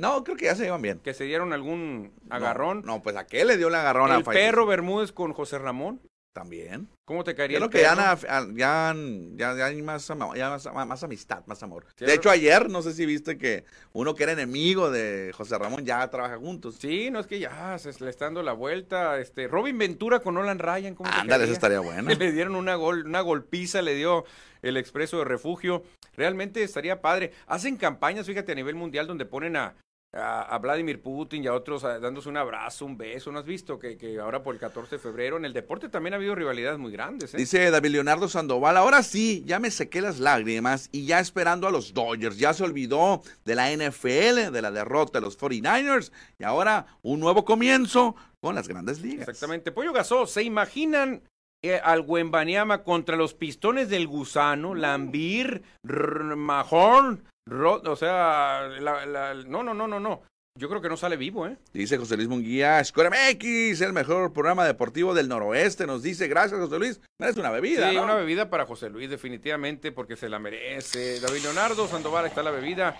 S3: No, creo que ya se llevan bien.
S2: que se dieron algún agarrón.
S3: No, no, pues a qué le dio el agarrón a
S2: el
S3: Faitelson?
S2: perro Bermúdez con José Ramón.
S3: también.
S2: ¿Cómo te
S3: Yo
S2: caería
S3: creo
S2: el
S3: que ya,
S2: perro?
S3: na- a- ya, han- ya- ya hay más, ama- ya más, ama- más amistad, más amor.
S2: Sí,
S3: de
S2: es
S3: hecho, ayer, no sé si viste que uno que era enemigo de José Ramón ya trabaja juntos.
S2: Sí, no es que ya se le está dando la vuelta. Este, Robin Ventura con Nolan Ryan, ¿cómo te
S3: Ándale, eso
S2: caería?
S3: estaría bueno.
S2: Le dieron una, gol, una golpiza, le dio el expreso de refugio. Realmente estaría padre. Hacen campañas, fíjate, a nivel mundial donde ponen a, a, a Vladimir Putin y a otros a- dándose un abrazo, un beso. ¿No has visto que, que ahora por el 14 de febrero en el deporte también ha habido rivalidades muy grandes? ¿eh?
S3: Dice David Leonardo Sandoval, ahora sí, ya me sequé las lágrimas y ya esperando a los Dodgers, ya se olvidó de la NFL, de la derrota de los 49ers y ahora un nuevo comienzo con las grandes ligas.
S2: Exactamente. Pollo Gasó, ¿se imaginan eh, al Wembaniama contra los pistones del gusano, Lambir, R- Mahorn, Ro- o sea, la- la- no, no, no, no, no. Yo creo que no sale vivo, ¿eh?
S3: Dice José Luis Munguía, Score MX, el mejor programa deportivo del noroeste, nos dice, gracias José Luis, eres una bebida.
S2: Sí,
S3: ¿no?
S2: una bebida para José Luis, definitivamente, porque se la merece. David Leonardo Sandoval está la bebida.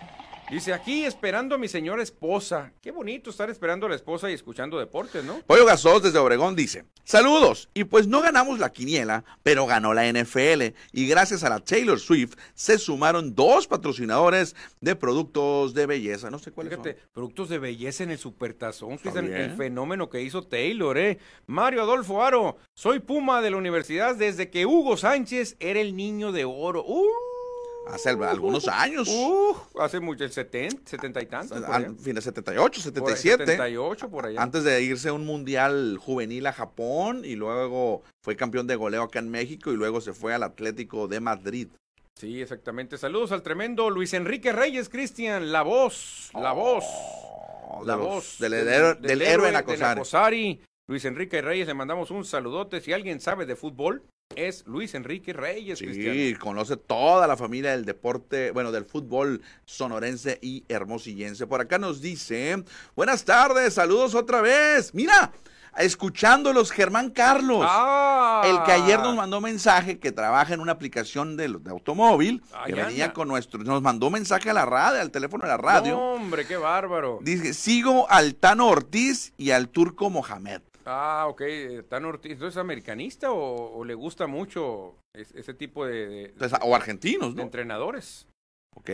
S2: Dice, aquí esperando a mi señora esposa. Qué bonito estar esperando a la esposa y escuchando deportes, ¿no?
S3: Pollo Gasós desde Obregón dice, saludos, y pues no ganamos la quiniela, pero ganó la NFL, y gracias a la Taylor Swift se sumaron dos patrocinadores de productos de belleza, no sé cuáles
S2: Fíjate,
S3: son.
S2: productos de belleza en el supertazón, Cristian,
S3: bien.
S2: el fenómeno que hizo Taylor, ¿eh? Mario Adolfo Aro, soy Puma de la universidad desde que Hugo Sánchez era el niño de oro. ¡Uh!
S3: Hace al- algunos años,
S2: ¡Uh! hace mucho, el 70, 70 y tantos. por allá.
S3: al- fin de
S2: Por
S3: 78,
S2: ahí,
S3: 77,
S2: 78, por allá.
S3: antes de irse a un mundial juvenil a Japón, y luego fue campeón de goleo acá en México, y luego se fue al Atlético de Madrid.
S2: Sí, exactamente. Saludos al tremendo Luis Enrique Reyes, Cristian, la voz, la voz.
S3: Oh, de
S2: la
S3: los-
S2: voz
S3: del, héroe- del héroe Nacosari.
S2: Nacosari. Luis Enrique Reyes, le mandamos un saludote. Si alguien sabe de fútbol, es Luis Enrique Reyes.
S3: Sí,
S2: Cristiano.
S3: conoce toda la familia del deporte, bueno, del fútbol sonorense y hermosillense. Por acá nos dice, buenas tardes, saludos otra vez. Mira, escuchándolos, Germán Carlos.
S2: Ah.
S3: El que ayer nos mandó mensaje que trabaja en una aplicación de, de automóvil,
S2: Ahí
S3: que venía
S2: anda.
S3: con nuestro, nos mandó mensaje a la radio, al teléfono de la radio.
S2: No, hombre, qué bárbaro.
S3: Dice, sigo al Tano Ortiz y al Turco Mohamed.
S2: Ah, ok. eh, Tan Ortiz, ¿entonces es americanista o, o le gusta mucho es- ese tipo de, de-
S3: Entonces, o argentinos,
S2: de
S3: ¿no?
S2: entrenadores?
S3: Ok,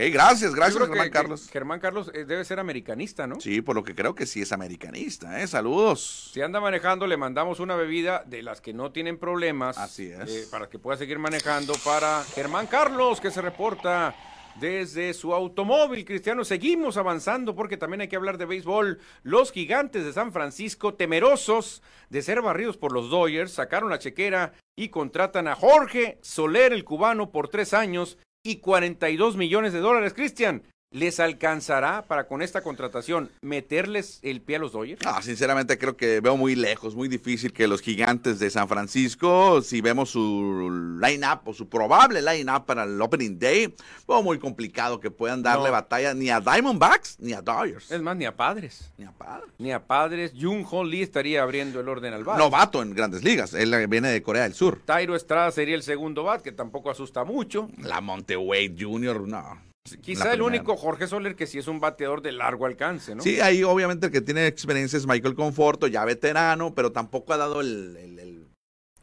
S2: Yo
S3: gracias, gracias,
S2: creo
S3: Germán
S2: que- que
S3: Carlos.
S2: Germán Carlos eh, debe ser americanista, ¿no?
S3: Sí, por lo que creo que sí es americanista, ¿eh? Saludos.
S2: Si anda manejando, le mandamos una bebida de las que no tienen problemas. eh,
S3: Así es.
S2: para que pueda seguir manejando para Germán Carlos, que se reporta desde su automóvil. Cristiano, seguimos avanzando porque también hay que hablar de béisbol. Los gigantes de San Francisco, temerosos de ser barridos por los Dodgers, sacaron la chequera y contratan a Jorge Soler, el cubano, por tres años y 42 millones de dólares. Cristian, ¿les alcanzará para con esta contratación meterles el pie a los Dodgers?
S3: Ah, sinceramente creo que veo muy lejos, muy difícil que los gigantes de San Francisco, si vemos su line-up o su probable line-up para el Opening Day, veo muy complicado que puedan darle
S2: No.
S3: batalla ni a Diamondbacks ni a Dodgers.
S2: Es más, ni a padres.
S3: Ni a padre.
S2: Ni a padres. Jung Ho Lee estaría abriendo el orden al bat.
S3: Novato en grandes ligas, él eh, viene de Corea del Sur.
S2: Tyro Estrada sería el segundo bat, que tampoco asusta mucho.
S3: La Monteway Jr., no.
S2: Quizá
S3: La
S2: el
S3: primera.
S2: único Jorge Soler que sí es un bateador de largo alcance, ¿no?
S3: Sí, ahí obviamente el que tiene experiencia es Michael Conforto, ya veterano, pero tampoco ha dado el, el- el-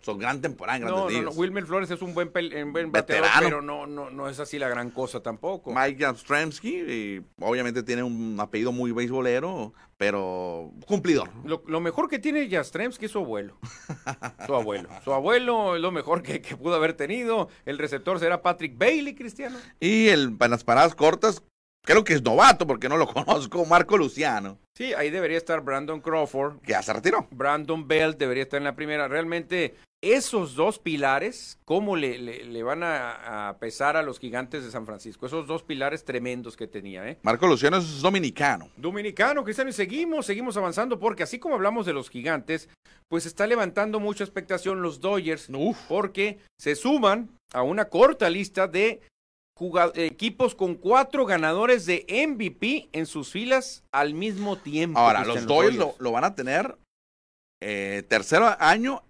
S3: su gran temporada en grandes
S2: No, no,
S3: ligas.
S2: no. Wilmer Flores es un buen, pel- un buen bateador,
S3: Veterano.
S2: pero no, no, no es así la gran cosa tampoco.
S3: Mike Jastrzemski, y obviamente tiene un apellido muy beisbolero, pero cumplidor.
S2: Lo, lo mejor que tiene Jastremski es su abuelo. Su abuelo. Su abuelo es lo mejor que, que pudo haber tenido. El receptor será Patrick Bailey, Cristiano.
S3: Y el, para las paradas cortas, creo que es novato porque no lo conozco, Marco Luciano,
S2: Sí, ahí debería estar Brandon Crawford,
S3: que ya se retiró.
S2: Brandon Bell debería estar en la primera. Realmente, esos dos pilares, ¿cómo le, le- le van a, a pesar a los gigantes de San Francisco? Esos dos pilares tremendos que tenía, ¿eh?
S3: Marco Luciano es dominicano.
S2: Dominicano, Cristiano, y seguimos, seguimos avanzando porque así como hablamos de los gigantes, pues está levantando mucha expectación los Dodgers porque se suman a una corta lista de juga- equipos con cuatro ganadores de MVP en sus filas al mismo tiempo.
S3: Ahora,
S2: Cristian,
S3: los Doyles lo, lo van a tener eh, tercer año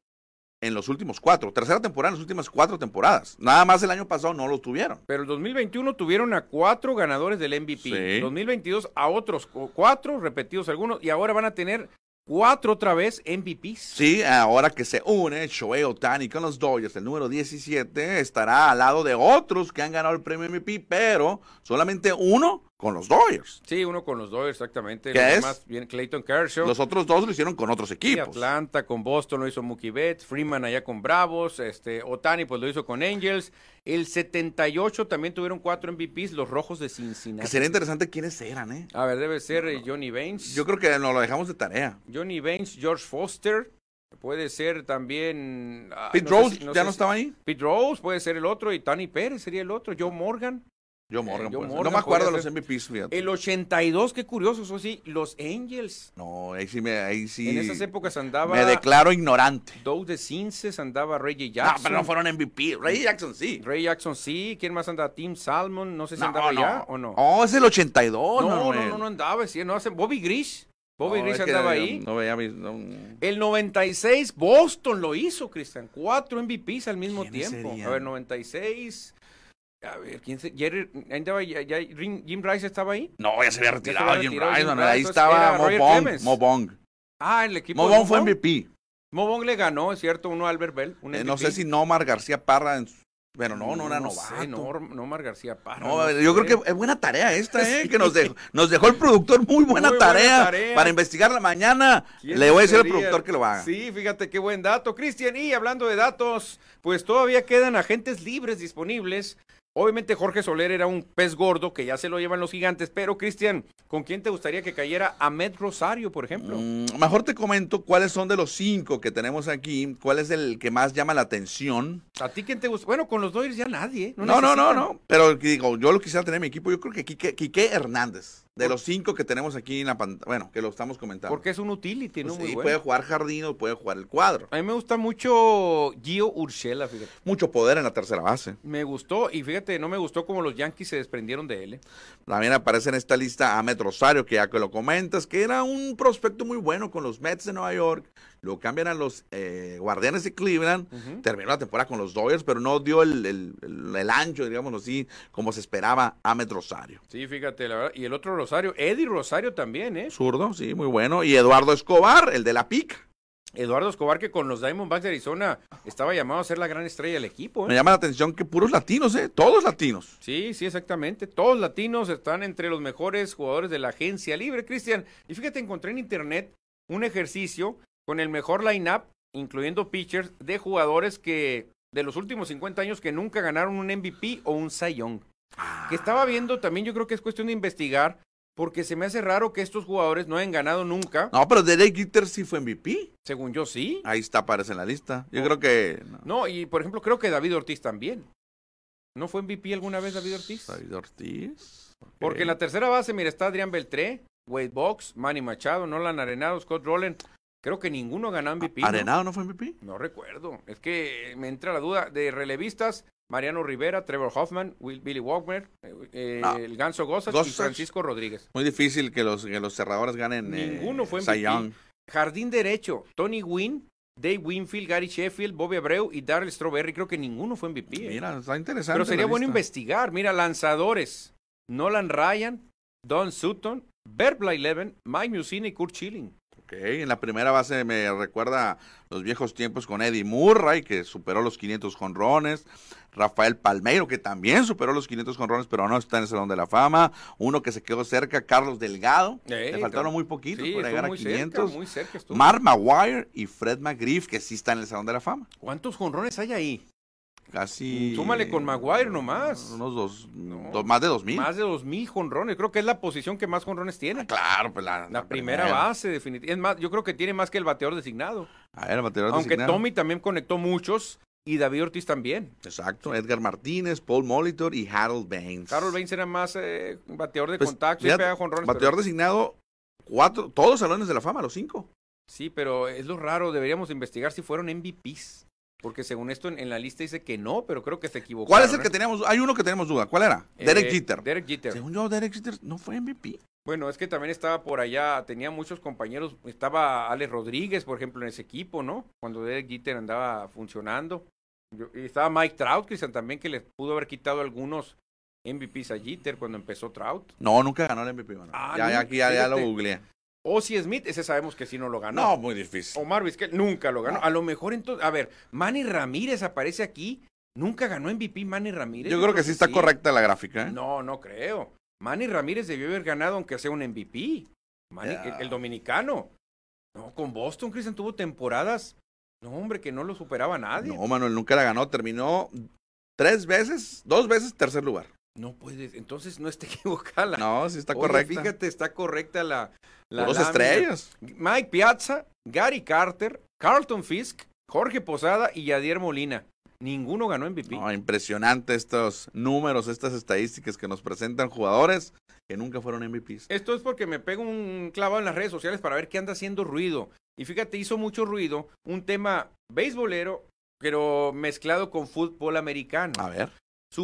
S3: en los últimos cuatro, tercera temporada en las últimas cuatro temporadas. Nada más el año pasado no los tuvieron.
S2: Pero el 2021 tuvieron a cuatro ganadores del MVP.
S3: Sí.
S2: 2022 a otros cu- cuatro, repetidos algunos, y ahora van a tener cuatro otra vez MVPs.
S3: Sí, ahora que se une Shohei Otani con los Dodgers, el número 17, estará al lado de otros que han ganado el premio MVP, pero solamente uno con los Dodgers.
S2: Sí, uno con los dos, exactamente.
S3: ¿Qué
S2: Los
S3: es?
S2: demás, bien, Clayton Kershaw.
S3: Los otros dos lo hicieron con otros
S2: y
S3: equipos.
S2: Atlanta con Boston lo hizo Mookie Betts, Freeman allá con Bravos, este Otani pues lo hizo con Angels, el 78 también tuvieron cuatro MVPs los Rojos de
S3: Que
S2: Cincinnati.
S3: sería interesante quiénes eran, ¿eh?
S2: A ver, debe ser eh, Johnny Baines.
S3: Yo creo que nos lo dejamos de tarea.
S2: Johnny Baines, George Foster, puede ser también ah,
S3: Pete
S2: no sé
S3: Rose
S2: si-
S3: ya
S2: sé
S3: no
S2: si-
S3: estaba ahí.
S2: Pete Rose puede ser el otro y Tani Pérez sería el otro, Joe Morgan.
S3: Yo Morgan,
S2: Eh, Joe
S3: puede ser.
S2: Morgan
S3: No me acuerdo de
S2: podría
S3: los
S2: ser. Eh,
S3: MVPs, fíjate.
S2: El 82, qué curioso, eso sí, los Angels.
S3: No, ahí sí me, ahí sí
S2: En esas épocas andaba
S3: me declaro ignorante.
S2: Doe de Cinces, andaba Reggie
S3: No,
S2: Jackson.
S3: pero no fueron MVP. Ray Jackson sí.
S2: Ray Jackson sí, ¿quién más andaba? Tim Salmon, no sé si
S3: No,
S2: andaba
S3: no.
S2: allá o no.
S3: Oh, es el 82,
S2: no, no, no,
S3: Manuel.
S2: no andaba, sí, no hace Bobby Grish. Bobby
S3: No,
S2: Grish
S3: es que
S2: andaba
S3: yo
S2: ahí.
S3: No veía mis- no-
S2: El 96, Boston lo hizo, Cristian. Cuatro MVPs al mismo
S3: ¿Quiénes
S2: tiempo.
S3: serían?
S2: A ver, 96. A ver, ¿quién se- Jerry, andaba, ya- ya- Jim Rice estaba ahí.
S3: No, ya se había
S2: se
S3: retirado,
S2: había
S3: Jim
S2: retirado
S3: Rice,
S2: Jim
S3: Manuel.
S2: Rice,
S3: Ahí
S2: entonces
S3: estaba
S2: era
S3: Mo
S2: Roger
S3: Bong,
S2: Clemens.
S3: Mo Bong.
S2: Ah, el equipo.
S3: Mo
S2: de
S3: Bong fue MVP.
S2: Mobong le ganó, es cierto, uno a Albert Bell. un
S3: Eh,
S2: MVP.
S3: no sé si Nomar García Parra, en su- pero no, no era
S2: sé,
S3: novato.
S2: no, Or- Nomar García Parra.
S3: No, eh,
S2: no
S3: yo
S2: sé.
S3: creo que es buena tarea esta, ¿eh? Que nos dejó, nos dejó el productor muy buena,
S2: buena
S3: tarea,
S2: tarea.
S3: para investigarla mañana.
S2: ¿Quién
S3: Le voy a decir al
S2: sería?
S3: productor que lo haga.
S2: Sí, fíjate qué buen dato, Cristian. Y hablando de datos, pues todavía quedan agentes libres disponibles. Obviamente Jorge Soler era un pez gordo que ya se lo llevan los gigantes, pero Cristian, ¿con quién te gustaría que cayera Ahmed Rosario, por ejemplo?
S3: Mm, mejor te comento cuáles son de los cinco que tenemos aquí, cuál es el que más llama la atención.
S2: ¿A ti quién te gusta? Bueno, con los Doyers ya nadie. ¿eh?
S3: No, no, no,
S2: necesitan.
S3: no. Pero digo, yo lo quisiera tener en mi equipo. Yo creo que Quique, Quique Hernández. De los cinco que tenemos aquí en la pantalla, bueno, que lo estamos comentando.
S2: Porque es un utility, ¿no?
S3: Pues
S2: Muy
S3: sí,
S2: bueno.
S3: puede jugar jardín o puede jugar el cuadro.
S2: A mí me gusta mucho Gio Urshela, fíjate.
S3: Mucho poder en la tercera base.
S2: Me gustó y fíjate, no me gustó como los Yankees se desprendieron de él. ¿eh?
S3: También aparece en esta lista Ahmed Rosario, que ya que lo comentas, que era un prospecto muy bueno con los Mets de Nueva York. Lo cambian a los eh, Guardianes de Cleveland. Terminó la temporada con los Dodgers, pero no dio el, el- el- el ancho, digámoslo así, como se esperaba Ahmed Rosario.
S2: Sí, fíjate, la verdad. Y el otro Rosario, Eddie Rosario también, ¿eh?
S3: Zurdo, sí, muy bueno. Y Eduardo Escobar, el de la pica.
S2: Eduardo Escobar, que con los Diamondbacks de Arizona estaba llamado a ser la gran estrella del equipo,
S3: Me
S2: ¿eh?
S3: llama la atención que puros latinos, ¿eh? Todos latinos.
S2: Sí, sí, exactamente. Todos latinos están entre los mejores jugadores de la agencia libre, Cristian. Y fíjate, encontré en internet un ejercicio con el mejor line-up, incluyendo pitchers, de jugadores que de los últimos 50 años que nunca ganaron un MVP o un Cy Young. que estaba viendo también yo creo que es cuestión de investigar porque se me hace raro que estos jugadores no hayan ganado nunca.
S3: No, pero Derek Gitter sí fue MVP.
S2: Según yo sí.
S3: Ahí está, aparece en la lista. Yo creo que... no,
S2: No, y por ejemplo creo que David Ortiz también. ¿No fue MVP alguna vez David Ortiz?
S3: David Ortiz.
S2: Porque en la tercera base, mira, está Adrián Beltré, Wade Box, Manny Machado, Nolan Arenado, Scott Rowland. Creo que ninguno ganó MVP. ¿no?
S3: ¿Arenado no fue MVP?
S2: No recuerdo. Es que me entra la duda de relevistas. Mariano Rivera, Trevor Hoffman, Will- Billy Walker, eh, eh,
S3: No.
S2: el Ganso Gozas y
S3: Gossage.
S2: Francisco Rodríguez.
S3: Muy difícil que los, que los cerradores ganen. eh,
S2: Ninguno fue
S3: Cy
S2: MVP.
S3: Young.
S2: Jardín derecho, Tony Wynn, Dave Winfield, Gary Sheffield, Bobby Abreu y Darrell Strawberry. Creo que ninguno fue MVP. ¿eh?
S3: Mira, está interesante.
S2: Pero sería
S3: la
S2: bueno
S3: lista.
S2: investigar. Mira, lanzadores. Nolan Ryan, Don Sutton, Bert Eleven, Mike Mussina y Kurt Schilling.
S3: Ok, en la primera base me recuerda los viejos tiempos con Eddie Murray, que superó los 500 jonrones. Rafael Palmeiro, que también superó los 500 jonrones, pero no está en el Salón de la Fama. Uno que se quedó cerca, Carlos Delgado.
S2: Ey,
S3: Le faltaron
S2: tam-
S3: muy poquitos
S2: Eh, Sí,
S3: por
S2: estuvo
S3: llegar a
S2: muy cerca,
S3: 500.
S2: muy cerca estuvo.
S3: Mark Maguire y Fred McGriff, que sí está en el Salón de la Fama.
S2: ¿Cuántos jonrones hay ahí?
S3: Casi.
S2: Mm,
S3: eh,
S2: Súmale con Maguire nomás.
S3: Unos dos,
S2: No.
S3: dos- más de dos mil.
S2: Más de 2.000 jonrones. Creo que es la posición que más jonrones tiene.
S3: Claro, pues la,
S2: La primera base, definitivamente. Es más, yo creo que tiene más que el bateador designado.
S3: A ver, Ah, el bateador
S2: Aunque
S3: designado.
S2: Tommy también conectó muchos y David Ortiz también.
S3: Exacto, Edgar Martínez, Paul Molitor y Harold Baines.
S2: Carlos Baines era más eh, bateador de
S3: Pues,
S2: contacto y
S3: fíjate,
S2: pega jonrones,
S3: Bateador
S2: pero-
S3: designado, cuatro, todos los salones de la fama, los cinco.
S2: Sí, pero es lo raro. Deberíamos investigar si fueron MVPs. Porque según esto en, en la lista dice que no, pero creo que se equivocó.
S3: ¿Cuál es el que teníamos? Hay uno que tenemos duda. ¿Cuál era? Derek Jeter.
S2: Eh, Derek Jeter.
S3: Según yo, Derek Jeter no fue MVP.
S2: Bueno, es que también estaba por allá, tenía muchos compañeros. Estaba Alex Rodríguez, por ejemplo, en ese equipo, ¿no? Cuando Derek Jeter andaba funcionando. Yo- y estaba Mike Trout, Cristian, también, que les pudo haber quitado algunos MVPs a Jeter cuando empezó Trout.
S3: No, nunca ganó el MVP. mano.
S2: Ah,
S3: ya, ya
S2: nunca,
S3: aquí ya, ya lo
S2: fíjate.
S3: googleé.
S2: Ozzy Smith, ese sabemos que sí no lo ganó.
S3: No, muy difícil.
S2: Omar Vizquel nunca lo ganó. A lo mejor entonces, a ver, Manny Ramírez aparece aquí. Nunca ganó MVP Manny Ramírez.
S3: Yo creo que sí está correcta la gráfica. ¿eh?
S2: No, no creo. Manny Ramírez debió haber ganado aunque sea un MVP. Manny-
S3: Ya.
S2: el, el dominicano. No, con Boston, Christian tuvo temporadas. No, hombre, que no lo superaba nadie.
S3: No, Manuel, nunca la ganó. Terminó tres veces, dos veces tercer lugar.
S2: No puedes, entonces no está equivocada. la-
S3: No, sí está
S2: Oye,
S3: correcta.
S2: Fíjate, está correcta la. la
S3: Puros
S2: lámina.
S3: estrellas.
S2: Mike Piazza, Gary Carter, Carlton Fisk, Jorge Posada y Yadier Molina. Ninguno ganó MVP.
S3: No, impresionante estos números, estas estadísticas que nos presentan jugadores que nunca fueron MVPs.
S2: Esto es porque me pego un clavado en las redes sociales para ver qué anda haciendo ruido. Y fíjate, hizo mucho ruido un tema beisbolero, pero mezclado con fútbol americano.
S3: A ver.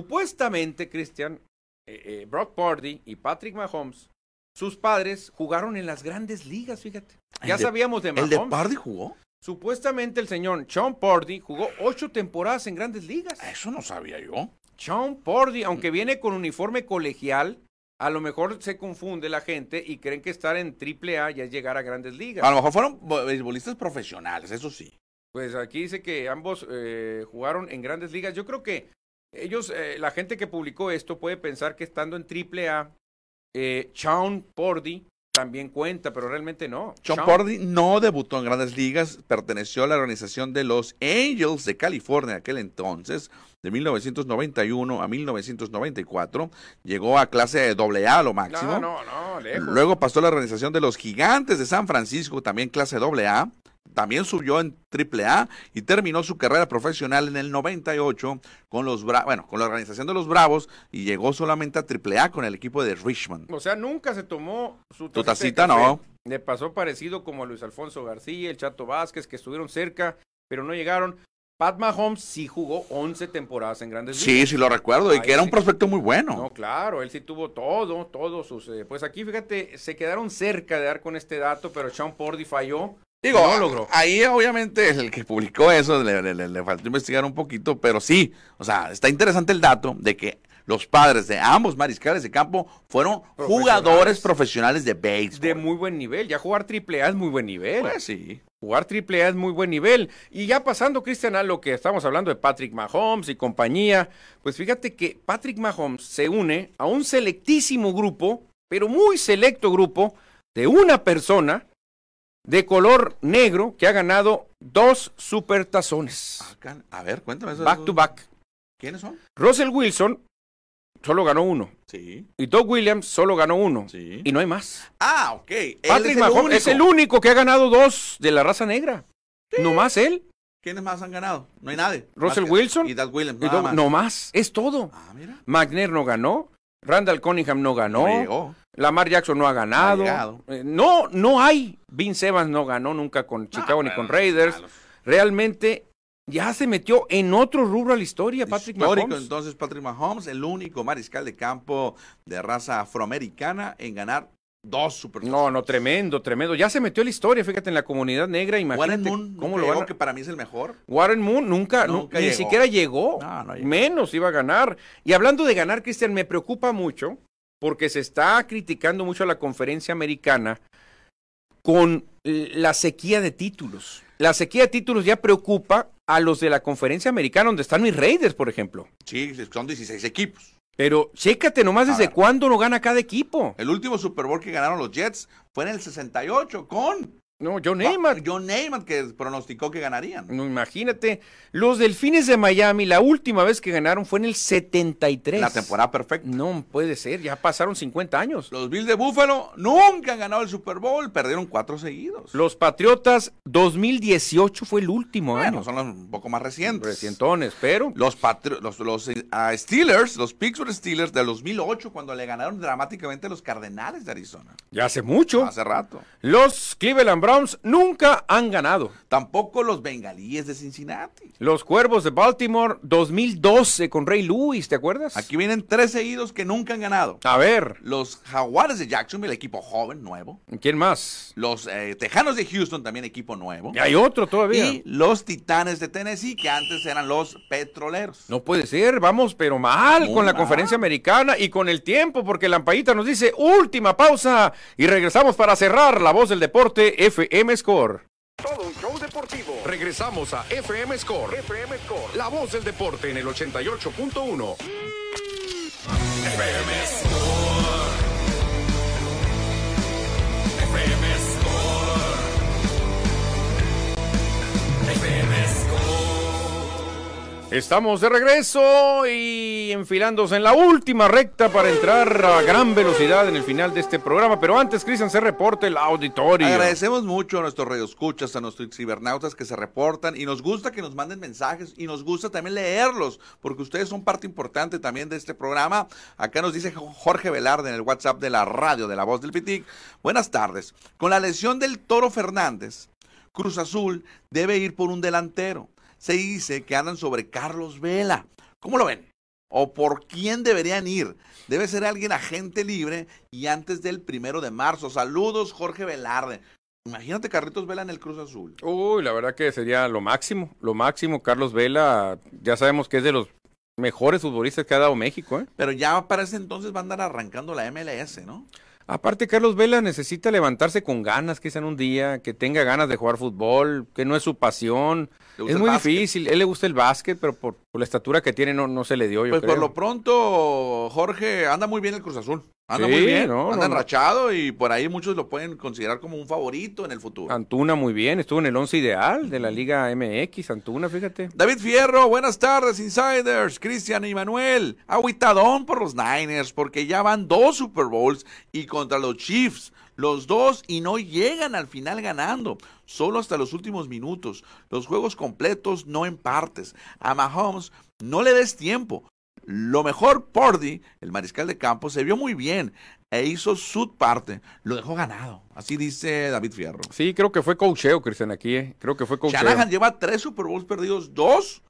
S2: Supuestamente, Christian, eh, eh, Brock Purdy y Patrick Mahomes, sus padres jugaron en las grandes ligas, fíjate.
S3: El
S2: Ya
S3: de-
S2: sabíamos de
S3: ¿El
S2: Mahomes.
S3: de Pardy jugó?
S2: Supuestamente el señor Sean Purdy jugó ocho temporadas en grandes ligas.
S3: Eso no sabía yo.
S2: Sean Pordy, aunque viene con uniforme colegial, a lo mejor se confunde la gente y creen que estar en triple A ya es llegar a grandes ligas.
S3: A lo mejor fueron bo- beisbolistas profesionales, eso sí.
S2: Pues aquí dice que ambos eh, jugaron en grandes ligas. Yo creo que ellos, eh, la gente que publicó esto puede pensar que estando en triple A, eh, Sean Pordy también cuenta, pero realmente no.
S3: John
S2: Sean-
S3: Pardy no debutó en grandes ligas, perteneció a la organización de los Angels de California en aquel entonces, de 1991 a 1994. Llegó a clase AA a lo máximo.
S2: No, no, no, lejos.
S3: Luego pasó a la organización de los Gigantes de San Francisco, también clase AA. También subió en AAA y terminó su carrera profesional en el 98 con los Bra- bueno, con la organización de los Bravos y llegó solamente a AAA con el equipo de Richmond.
S2: O sea, nunca se tomó su
S3: Tu
S2: tacita,
S3: tacita, no.
S2: Le pasó parecido como a Luis Alfonso García, el Chato Vázquez, que estuvieron cerca, pero no llegaron. Pat Mahomes sí jugó 11 temporadas en grandes
S3: Sí, sí lo recuerdo y
S2: Ay,
S3: que era
S2: sí.
S3: un prospecto muy bueno.
S2: No, claro, él sí tuvo todo, todos sus... eh, pues aquí, fíjate, se quedaron cerca de dar con este dato, pero Sean Pordy falló.
S3: Digo,
S2: no logró.
S3: ahí obviamente el que publicó eso le, le- le- le faltó investigar un poquito, pero sí, o sea, está interesante el dato de que los padres de ambos mariscales de campo fueron
S2: Profesionales.
S3: jugadores profesionales de béisbol.
S2: De muy buen nivel, ya jugar triple A es muy buen nivel.
S3: Pues sí.
S2: Jugar triple A es muy buen nivel. Y ya pasando, Cristian, a lo que estamos hablando de Patrick Mahomes y compañía, pues fíjate que Patrick Mahomes se une a un selectísimo grupo, pero muy selecto grupo, de una persona de color negro que ha ganado dos supertazones.
S3: Acá- A ver, cuéntame eso.
S2: Back to back.
S3: ¿Quiénes son?
S2: Russell Wilson solo ganó uno.
S3: Sí,
S2: Y Doug Williams solo ganó uno.
S3: sí.
S2: Y no hay más.
S3: Ah, ok. él
S2: Patrick
S3: es el
S2: Mahomes
S3: único.
S2: es el único que ha ganado dos de la raza negra. Nomás él.
S3: ¿Quiénes más han ganado? No hay nadie.
S2: Russell
S3: Más que-
S2: Wilson.
S3: Y Doug Williams.
S2: Y
S3: nada
S2: no-
S3: más.
S2: no más, es todo.
S3: Ah, mira.
S2: McNair no ganó, Randall Cunningham no ganó,
S3: llegó.
S2: Lamar Jackson no ha ganado.
S3: llegado.
S2: eh, No, no hay. Vince Evans no ganó nunca con Chicago ni
S3: Ah,
S2: con
S3: bueno,
S2: Raiders.
S3: malos.
S2: Realmente ya se metió en otro rubro a la historia, Patrick
S3: histórico,
S2: Mahomes.
S3: entonces Patrick Mahomes, el único mariscal de campo de raza afroamericana en ganar dos Super
S2: No, no, tremendo, tremendo. Ya se metió en la historia, fíjate, en la comunidad negra,
S3: Warren
S2: imagínate
S3: Moon,
S2: cómo
S3: nunca
S2: lo van
S3: llegó,
S2: a-
S3: que para mí es el mejor.
S2: Warren Moon nunca, nu-
S3: Nunca
S2: ni
S3: llegó.
S2: siquiera llegó,
S3: No, no llegó.
S2: menos iba a ganar. Y hablando de ganar, Cristian, me preocupa mucho porque se está criticando mucho a la conferencia americana con eh, la sequía de títulos. La sequía de títulos ya preocupa a los de la conferencia americana, donde están mis Raiders, por ejemplo.
S3: Sí, son 16 equipos.
S2: Pero chécate nomás
S3: A
S2: desde
S3: ver.
S2: cuándo no gana cada equipo.
S3: El último Super Bowl que ganaron los Jets fue en el 68 con
S2: No, John Neymar.
S3: John Neymar, que pronosticó que ganarían.
S2: No, imagínate, los Delfines de Miami, la última vez que ganaron fue en el 73.
S3: La temporada perfecta.
S2: No puede ser, ya pasaron 50 años.
S3: Los Bills de Buffalo nunca han ganado el Super Bowl, perdieron cuatro seguidos.
S2: Los Patriotas 2018 fue el último
S3: bueno,
S2: año.
S3: son los un poco más recientes.
S2: Recientones, pero
S3: Los, patri- los, los, eh, ah, Steelers, los Pittsburgh Steelers del 2008, cuando le ganaron dramáticamente a los Cardenales de Arizona.
S2: ya hace mucho.
S3: Hace rato.
S2: Los Cleveland Browns nunca han ganado.
S3: Tampoco los Bengalíes de Cincinnati.
S2: Los Cuervos de Baltimore 2012 con Ray Lewis, ¿te acuerdas?
S3: Aquí vienen tres seguidos que nunca han ganado.
S2: A ver,
S3: Los Jaguares de Jacksonville, equipo joven, nuevo.
S2: ¿quién más?
S3: Los eh, Tejanos de Houston, también equipo nuevo.
S2: Y hay otro todavía.
S3: Y los Titanes de Tennessee, que antes eran los Petroleros.
S2: No puede ser, vamos, pero mal
S3: Muy
S2: con la
S3: mal.
S2: conferencia americana y con el tiempo, porque Lampayita nos dice última pausa y regresamos para cerrar la voz del deporte FM Score.
S1: Todo un show deportivo. Regresamos a FM Score. FM Score. La voz del deporte en el 88.1.
S2: Estamos de regreso y enfilándose en la última recta para entrar a gran velocidad en el final de este programa. Pero antes, Cristian, se reporte el auditorio.
S3: Agradecemos mucho a nuestros radioescuchas, a nuestros cibernautas que se reportan y nos gusta que nos manden mensajes y nos gusta también leerlos porque ustedes son parte importante también de este programa. Acá nos dice Jo- Jorge Velarde en el WhatsApp de la radio de La Voz del Pitic. Buenas tardes. Con la lesión del Toro Fernández, Cruz Azul debe ir por un delantero. Se dice que andan sobre Carlos Vela. ¿Cómo lo ven? ¿O por quién deberían ir? Debe ser alguien agente libre y antes del primero de marzo. Saludos, Jorge Velarde. Imagínate Carritos Vela en el Cruz Azul.
S2: Uy, la verdad que sería lo máximo, lo máximo. Carlos Vela, ya sabemos que es de los mejores futbolistas que ha dado México. ¿eh?
S3: Pero ya para ese entonces va a andar arrancando la MLS, ¿no?
S2: Aparte, Carlos Vela necesita levantarse con ganas, quizá en un día, que tenga ganas de jugar fútbol, que no es su pasión.
S3: Le gusta
S2: Es
S3: el
S2: muy
S3: básquet.
S2: difícil. Él le gusta el básquet, pero por, por la estatura que tiene no, no se le dio, yo
S3: Pues por
S2: creo.
S3: lo pronto, Jorge, anda muy bien el Cruz Azul. Anda
S2: Sí,
S3: muy bien,
S2: no,
S3: anda
S2: no, no.
S3: enrachado y por ahí muchos lo pueden considerar como un favorito en el futuro.
S2: Antuna muy bien, estuvo en el once ideal de la Liga MX, Antuna, fíjate.
S3: David Fierro, buenas tardes, insiders. Cristian y Manuel, agüitadón por los Niners, porque ya van dos Super Bowls y contra los Chiefs. los dos y no llegan al final ganando, solo hasta los últimos minutos, los juegos completos no en partes. A Mahomes no le des tiempo. Lo mejor, Pordy, el mariscal de campo, se vio muy bien e hizo su parte. Lo dejó ganado. Así dice David Fierro.
S2: Sí, creo que fue cocheo, Cristian, aquí, ¿eh? Creo que fue cocheo.
S3: Shanahan lleva tres Super Bowls perdidos, dos.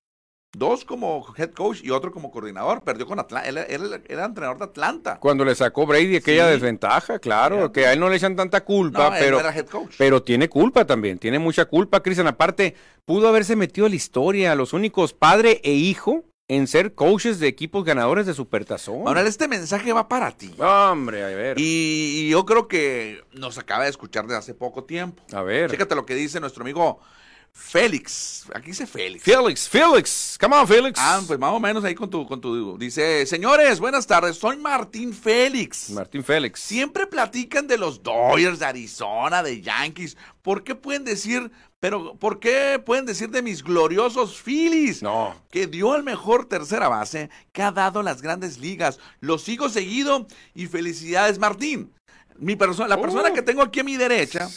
S3: Dos como head coach y otro como coordinador. Perdió con Atlanta. Él, él- él era entrenador de Atlanta.
S2: Cuando le sacó Brady aquella
S3: Sí.
S2: desventaja, claro,
S3: Claro.
S2: que a él no le echan tanta culpa,
S3: No, él
S2: pero,
S3: no era head coach.
S2: pero tiene culpa también, tiene mucha culpa, Cristian. Aparte, pudo haberse metido a la historia, los únicos padre e hijo en ser coaches de equipos ganadores de Supertazón.
S3: Manuel, este mensaje va para ti.
S2: Hombre, a ver,
S3: Y, y yo creo que nos acaba de escuchar desde hace poco tiempo.
S2: a ver.
S3: Chécate lo que dice nuestro amigo Félix. Aquí dice Félix.
S2: Felix, Felix, come on, Felix.
S3: Ah, pues más o menos ahí con tu, con tu. Dice, señores, buenas tardes. Soy Martín Félix.
S2: Martín Félix.
S3: Siempre platican de los Dodgers, de Arizona, de Yankees. ¿Por qué pueden decir, pero por qué pueden decir de mis gloriosos Phillies?
S2: No.
S3: Que dio el mejor tercera base que ha dado las grandes ligas. Lo sigo seguido y felicidades, Martín. Mi persona, la persona
S2: Oh.
S3: que tengo aquí a mi derecha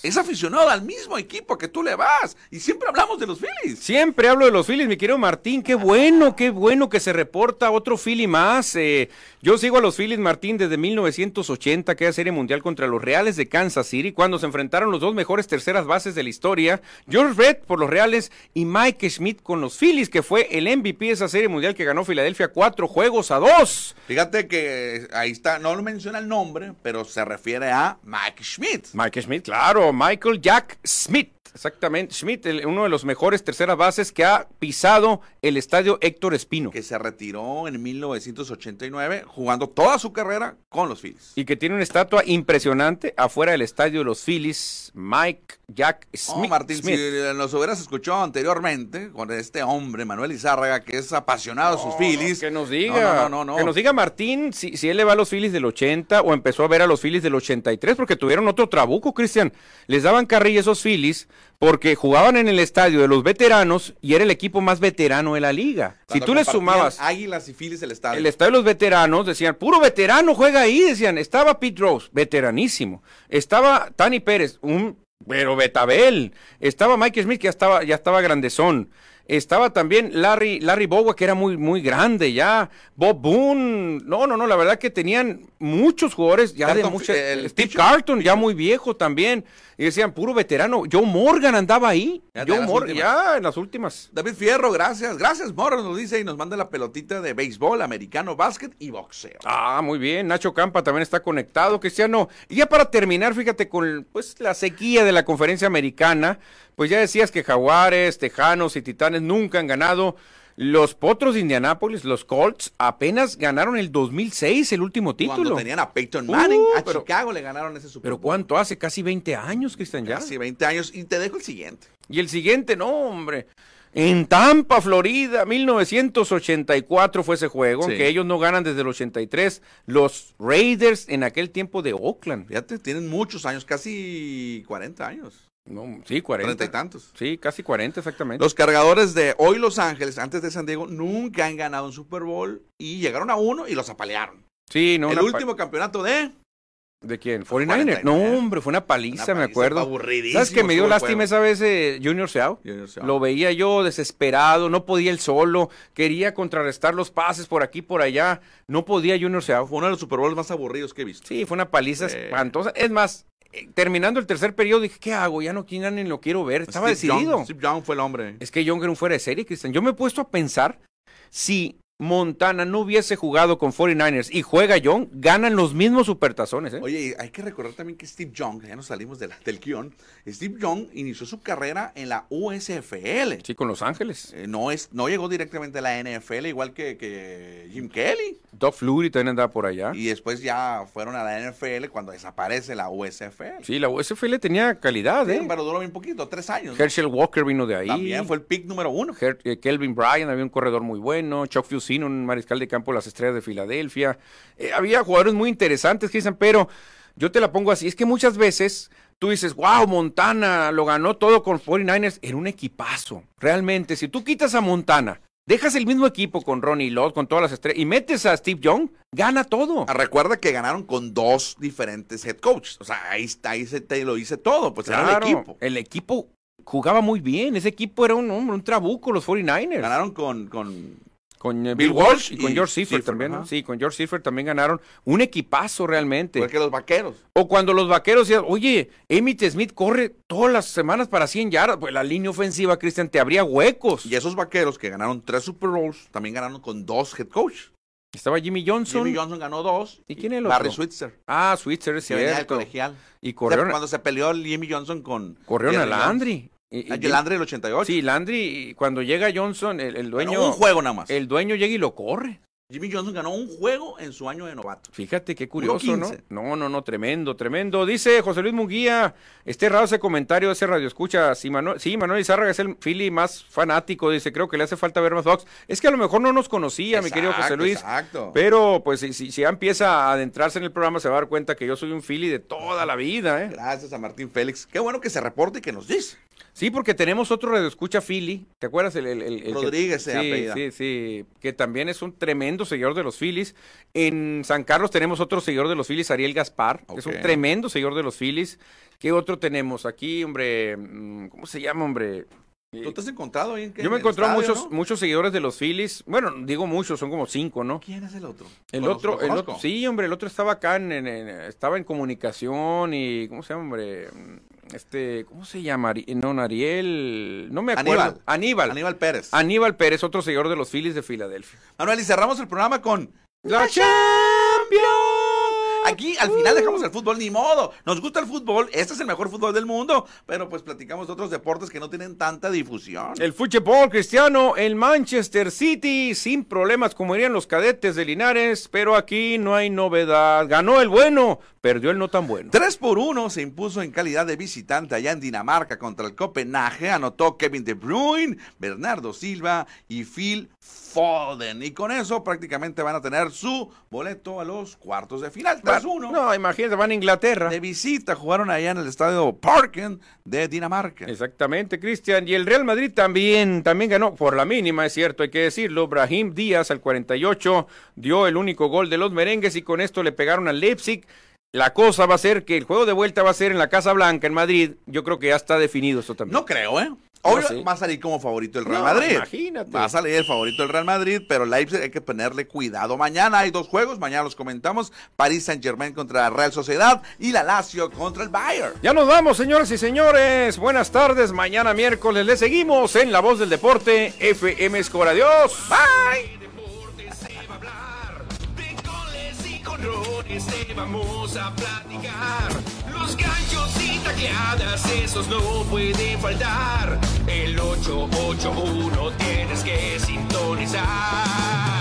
S3: es aficionado al mismo equipo que tú le vas. Y siempre hablamos de los Phillies.
S2: Siempre hablo de los Phillies, mi querido Martín. Qué bueno, qué bueno que se reporta otro Philly más. Eh, yo sigo a los Phillies, Martín, desde 1980, aquella serie mundial contra los Reales de Kansas City, cuando se enfrentaron los dos mejores terceras bases de la historia, George Brett por los Reales y Mike Schmidt con los Phillies, que fue el MVP de esa serie mundial que ganó Filadelfia cuatro juegos a dos.
S3: Fíjate que ahí está, no lo menciona el nombre, pero se refiere a Mike Schmidt.
S2: Mike Schmidt, claro, Michael Jack Smith. Exactamente, Schmidt, el- uno de los mejores terceras bases que ha pisado el estadio Héctor Espino.
S3: que se retiró en 1989 jugando toda su carrera con los Phillies.
S2: Y que tiene una estatua impresionante afuera del estadio de los Phillies, Mike Jack
S3: Oh,
S2: Smith.
S3: Martín,
S2: Smith.
S3: si nos hubieras escuchado anteriormente con este hombre, Manuel Izárraga, que es apasionado de sus Phillies.
S2: Que nos
S3: No,
S2: diga,
S3: no, no, no, no.
S2: que nos diga Martín si, si él le va a los Phillies del 80 o empezó a ver a los Phillies del 83 porque tuvieron otro trabuco, Cristian. Les daban carrilla esos Phillies porque jugaban en el estadio de los veteranos y era el equipo más veterano de la liga.
S3: Cuando
S2: si tú le
S3: compartían
S2: sumabas
S3: Águilas y Phillies el estadio.
S2: El estadio de los veteranos, decían, puro veterano juega ahí, decían, estaba Pete Rose, veteranísimo, estaba Tani Pérez, un pero Betabel, estaba Mike Smith, que ya estaba, ya estaba grandezón, estaba también Larry, Larry Bowa, que era muy, muy grande ya, Bob Boone, no, no, no, la verdad que tenían muchos jugadores ya de
S3: Carlton,
S2: muchas,
S3: el
S2: Steve
S3: pitcher.
S2: Carlton, ya muy viejo también, y decían, puro veterano, Joe Morgan andaba ahí,
S3: Ya en
S2: Joe
S3: las
S2: Morgan,
S3: últimas.
S2: ya en las últimas.
S3: David Fierro, gracias. Gracias, Morro, nos dice y nos manda la pelotita de béisbol, americano, básquet y boxeo.
S2: Ah, muy bien. Nacho Campa también está conectado, Cristiano. Y ya para terminar, fíjate con pues la sequía de la conferencia americana, pues ya decías que Jaguares, Tejanos y Titanes nunca han ganado. Los Potros de Indianápolis, los Colts, apenas ganaron el 2006, el último
S3: Cuando
S2: título.
S3: tenían a Peyton
S2: Uh,
S3: Manning, a
S2: pero-
S3: Chicago le ganaron ese Super
S2: Pero
S3: Bowl.
S2: ¿cuánto hace? Casi 20 años, Cristian, ya.
S3: Casi 20 años. Y te dejo el siguiente.
S2: Y el siguiente, no, hombre. En Tampa, Florida, 1984 fue ese juego,
S3: Sí.
S2: aunque ellos no ganan desde el 83. Los Raiders en aquel tiempo de Oakland.
S3: Fíjate, tienen muchos años, casi 40 años.
S2: No, sí, 40.
S3: Treinta y tantos.
S2: Sí, casi 40 exactamente.
S3: Los cargadores de hoy Los Ángeles, antes de San Diego, nunca han ganado un Super Bowl y llegaron a uno y los apalearon.
S2: sí, no,
S3: el
S2: una pa-
S3: último campeonato de.
S2: ¿De quién? 49
S3: 49.
S2: No, hombre, fue una
S3: Una
S2: paliza, me
S3: paliza, fue
S2: acuerdo.
S3: Aburridísimo.
S2: ¿Sabes que me dio
S3: estuvo el
S2: lástima
S3: juego.
S2: esa vez eh, Junior Seau?
S3: Junior Seau.
S2: Lo veía yo desesperado, no podía él solo, quería contrarrestar los pases por aquí, por allá, no podía Junior Seau.
S3: Fue uno de los Super Bowls más aburridos que he visto.
S2: Sí, fue una paliza
S3: Sí.
S2: espantosa. Es más, eh, terminando el tercer periodo dije, ¿qué hago? Ya no quiero ni lo quiero ver. Estaba
S3: Steve
S2: decidido.
S3: Young- Steve Young fue el hombre.
S2: Es que John Green fuera de serie, Cristian. Yo me he puesto a pensar si Montana no hubiese jugado con 49ers y juega John, ganan los mismos supertazones, ¿eh?
S3: Oye, y hay que recordar también que Steve Young, ya nos salimos de la- del guión, Steve Young inició su carrera en la USFL.
S2: Sí, con Los Ángeles.
S3: Eh, no, es, no llegó directamente a la NFL, igual que- que Jim Kelly.
S2: Doug Flutie también andaba por allá.
S3: Y después ya fueron a la NFL cuando desaparece la USFL.
S2: Sí, la USFL tenía calidad, ¿eh?
S3: Pero duró bien poquito, tres años. ¿no?
S2: Herschel Walker vino de ahí.
S3: También fue el pick número uno.
S2: Her- eh, Kelvin Bryan había un corredor muy bueno, Chuck Fusino, un mariscal de campo de las estrellas de Filadelfia. Eh, había jugadores muy interesantes, Cristian, pero yo te la pongo así. Es que muchas veces tú dices, wow, Montana lo ganó todo con 49ers. Era un equipazo. Realmente, si tú quitas a Montana dejas el mismo equipo con Ronnie Lott, con todas las estrellas, y metes a Steve Young, gana todo.
S3: Ah, Recuerda que ganaron con dos diferentes head coaches. O sea, ahí, está, ahí se te lo hice todo. Pues era
S2: Claro,
S3: el equipo.
S2: El equipo jugaba muy bien. Ese equipo era un hombre, un trabuco, los 49ers.
S3: Ganaron con, con
S2: Con eh,
S3: Bill
S2: Bill Walsh y,
S3: Walsh
S2: con
S3: y
S2: George Seifert
S3: Seifert,
S2: también. ¿no?
S3: ajá.
S2: Sí, con George Seifert también ganaron. Un equipazo realmente.
S3: igual que los vaqueros.
S2: O cuando los vaqueros decían, oye, Emmitt Smith corre todas las semanas para 100 yardas. Pues la línea ofensiva, Cristian, te abría huecos.
S3: Y esos vaqueros que ganaron tres Super Bowls también ganaron con dos head coaches.
S2: Estaba Jimmy Johnson.
S3: Jimmy Johnson ganó dos.
S2: ¿Y quién es el
S3: Barry
S2: otro?
S3: Switzer.
S2: Ah, Switzer es
S3: Que venía del
S2: cierto.
S3: colegial.
S2: Y
S3: O sea,
S2: corrieron,
S3: Cuando se peleó el Jimmy Johnson con.
S2: corrieron a
S3: Jerry Jones.
S2: Landry. Y-
S3: A
S2: y-
S3: Landry del 88.
S2: Sí, Landry, y cuando llega Johnson, el, el
S3: Ganó
S2: dueño.
S3: un juego nada más.
S2: El dueño llega y lo corre.
S3: Jimmy Johnson ganó un juego en su año de novato.
S2: Fíjate qué curioso, ¿no?
S3: 1.15.
S2: No, no, no, tremendo, tremendo. Dice José Luis Munguía, está errado ese comentario, ese radio escucha. Si Manuel, sí, Manuel Izárraga es el Philly más fanático, dice, creo que le hace falta ver más Fox. Es que a lo mejor no nos conocía, mi querido José
S3: Exacto,
S2: Luis.
S3: Exacto.
S2: Pero pues si, si, si ya empieza a adentrarse en el programa, se va a dar cuenta que yo soy un Philly de toda la vida, ¿eh?
S3: Gracias a Martín Félix. Qué bueno que se reporte y que nos dice.
S2: Sí, porque tenemos otro radioescucha Philly, ¿te acuerdas? El, el- el- el que-
S3: Rodríguez se
S2: sí,
S3: apellida.
S2: sí, sí, que también es un tremendo seguidor de los Phillies. En San Carlos tenemos otro seguidor de los Phillies, Ariel Gaspar, que es un
S3: Ok.
S2: tremendo seguidor de los Phillies. ¿Qué otro tenemos aquí, hombre? Mm, ¿Cómo se llama, hombre?
S3: ¿Tú te has encontrado ahí en qué-
S2: Yo me
S3: en el
S2: encontré
S3: estadio,
S2: muchos,
S3: no?
S2: muchos seguidores de los Phillies. Bueno, digo muchos, son como cinco, ¿no?
S3: ¿Quién es el otro?
S2: El
S3: Conozco-
S2: otro,
S3: lo
S2: el
S3: conozco.
S2: otro, sí, hombre, el otro estaba acá en, en- en- estaba en comunicación y ¿cómo se llama, hombre? Este, ¿cómo se llama? Ari- No, no, Ariel, no me acuerdo. Aníbal.
S3: Aníbal.
S2: Ah. Aníbal.
S3: Aníbal Pérez.
S2: Pérez, otro seguidor de los Phillies de Filadelfia.
S3: Manuel, y cerramos el programa con.
S2: La Champions.
S3: Aquí al final dejamos el fútbol, ni modo. Nos gusta el fútbol, este es el mejor fútbol del mundo, pero pues platicamos de otros deportes que no tienen tanta difusión.
S2: El fútbol cristiano, el Manchester City, sin problemas como irían los cadetes de Linares, pero aquí no hay novedad. Ganó el bueno, perdió el no tan bueno.
S3: 3 por 1 se impuso en calidad de visitante allá en Dinamarca contra el Copenhague. Anotó Kevin De Bruyne, Bernardo Silva y Phil Foden. Y con eso prácticamente van a tener su boleto a los cuartos de final. 3-1.
S2: No, imagínate, van a Inglaterra.
S3: De visita jugaron allá en el estadio Parken de Dinamarca.
S2: Exactamente, Cristian. Y el Real Madrid también, también ganó por la mínima, es cierto, hay que decirlo. Brahim Díaz al 48 dio el único gol de los merengues y con esto le pegaron al Leipzig. La cosa va a ser que el juego de vuelta va a ser en la Casa Blanca, en Madrid. Yo creo que ya está definido esto también.
S3: No creo, ¿eh? Obvio,
S2: sí.
S3: va a salir como favorito el Real
S2: No,
S3: Madrid.
S2: imagínate.
S3: Va a salir el favorito del Real Madrid, pero Leipzig hay que ponerle cuidado. Mañana hay dos juegos, mañana los comentamos. París Saint-Germain contra la Real Sociedad y la Lazio contra el Bayern.
S2: Ya nos vamos, señoras y señores. Buenas tardes. Mañana miércoles le seguimos en La Voz del Deporte, FM Score. Adiós. Bye.
S4: De deportes se va a hablar, de goles y colores te vamos a platicar. Los ganchos y tacleadas, esos no pueden faltar. El 881 tienes que sintonizar.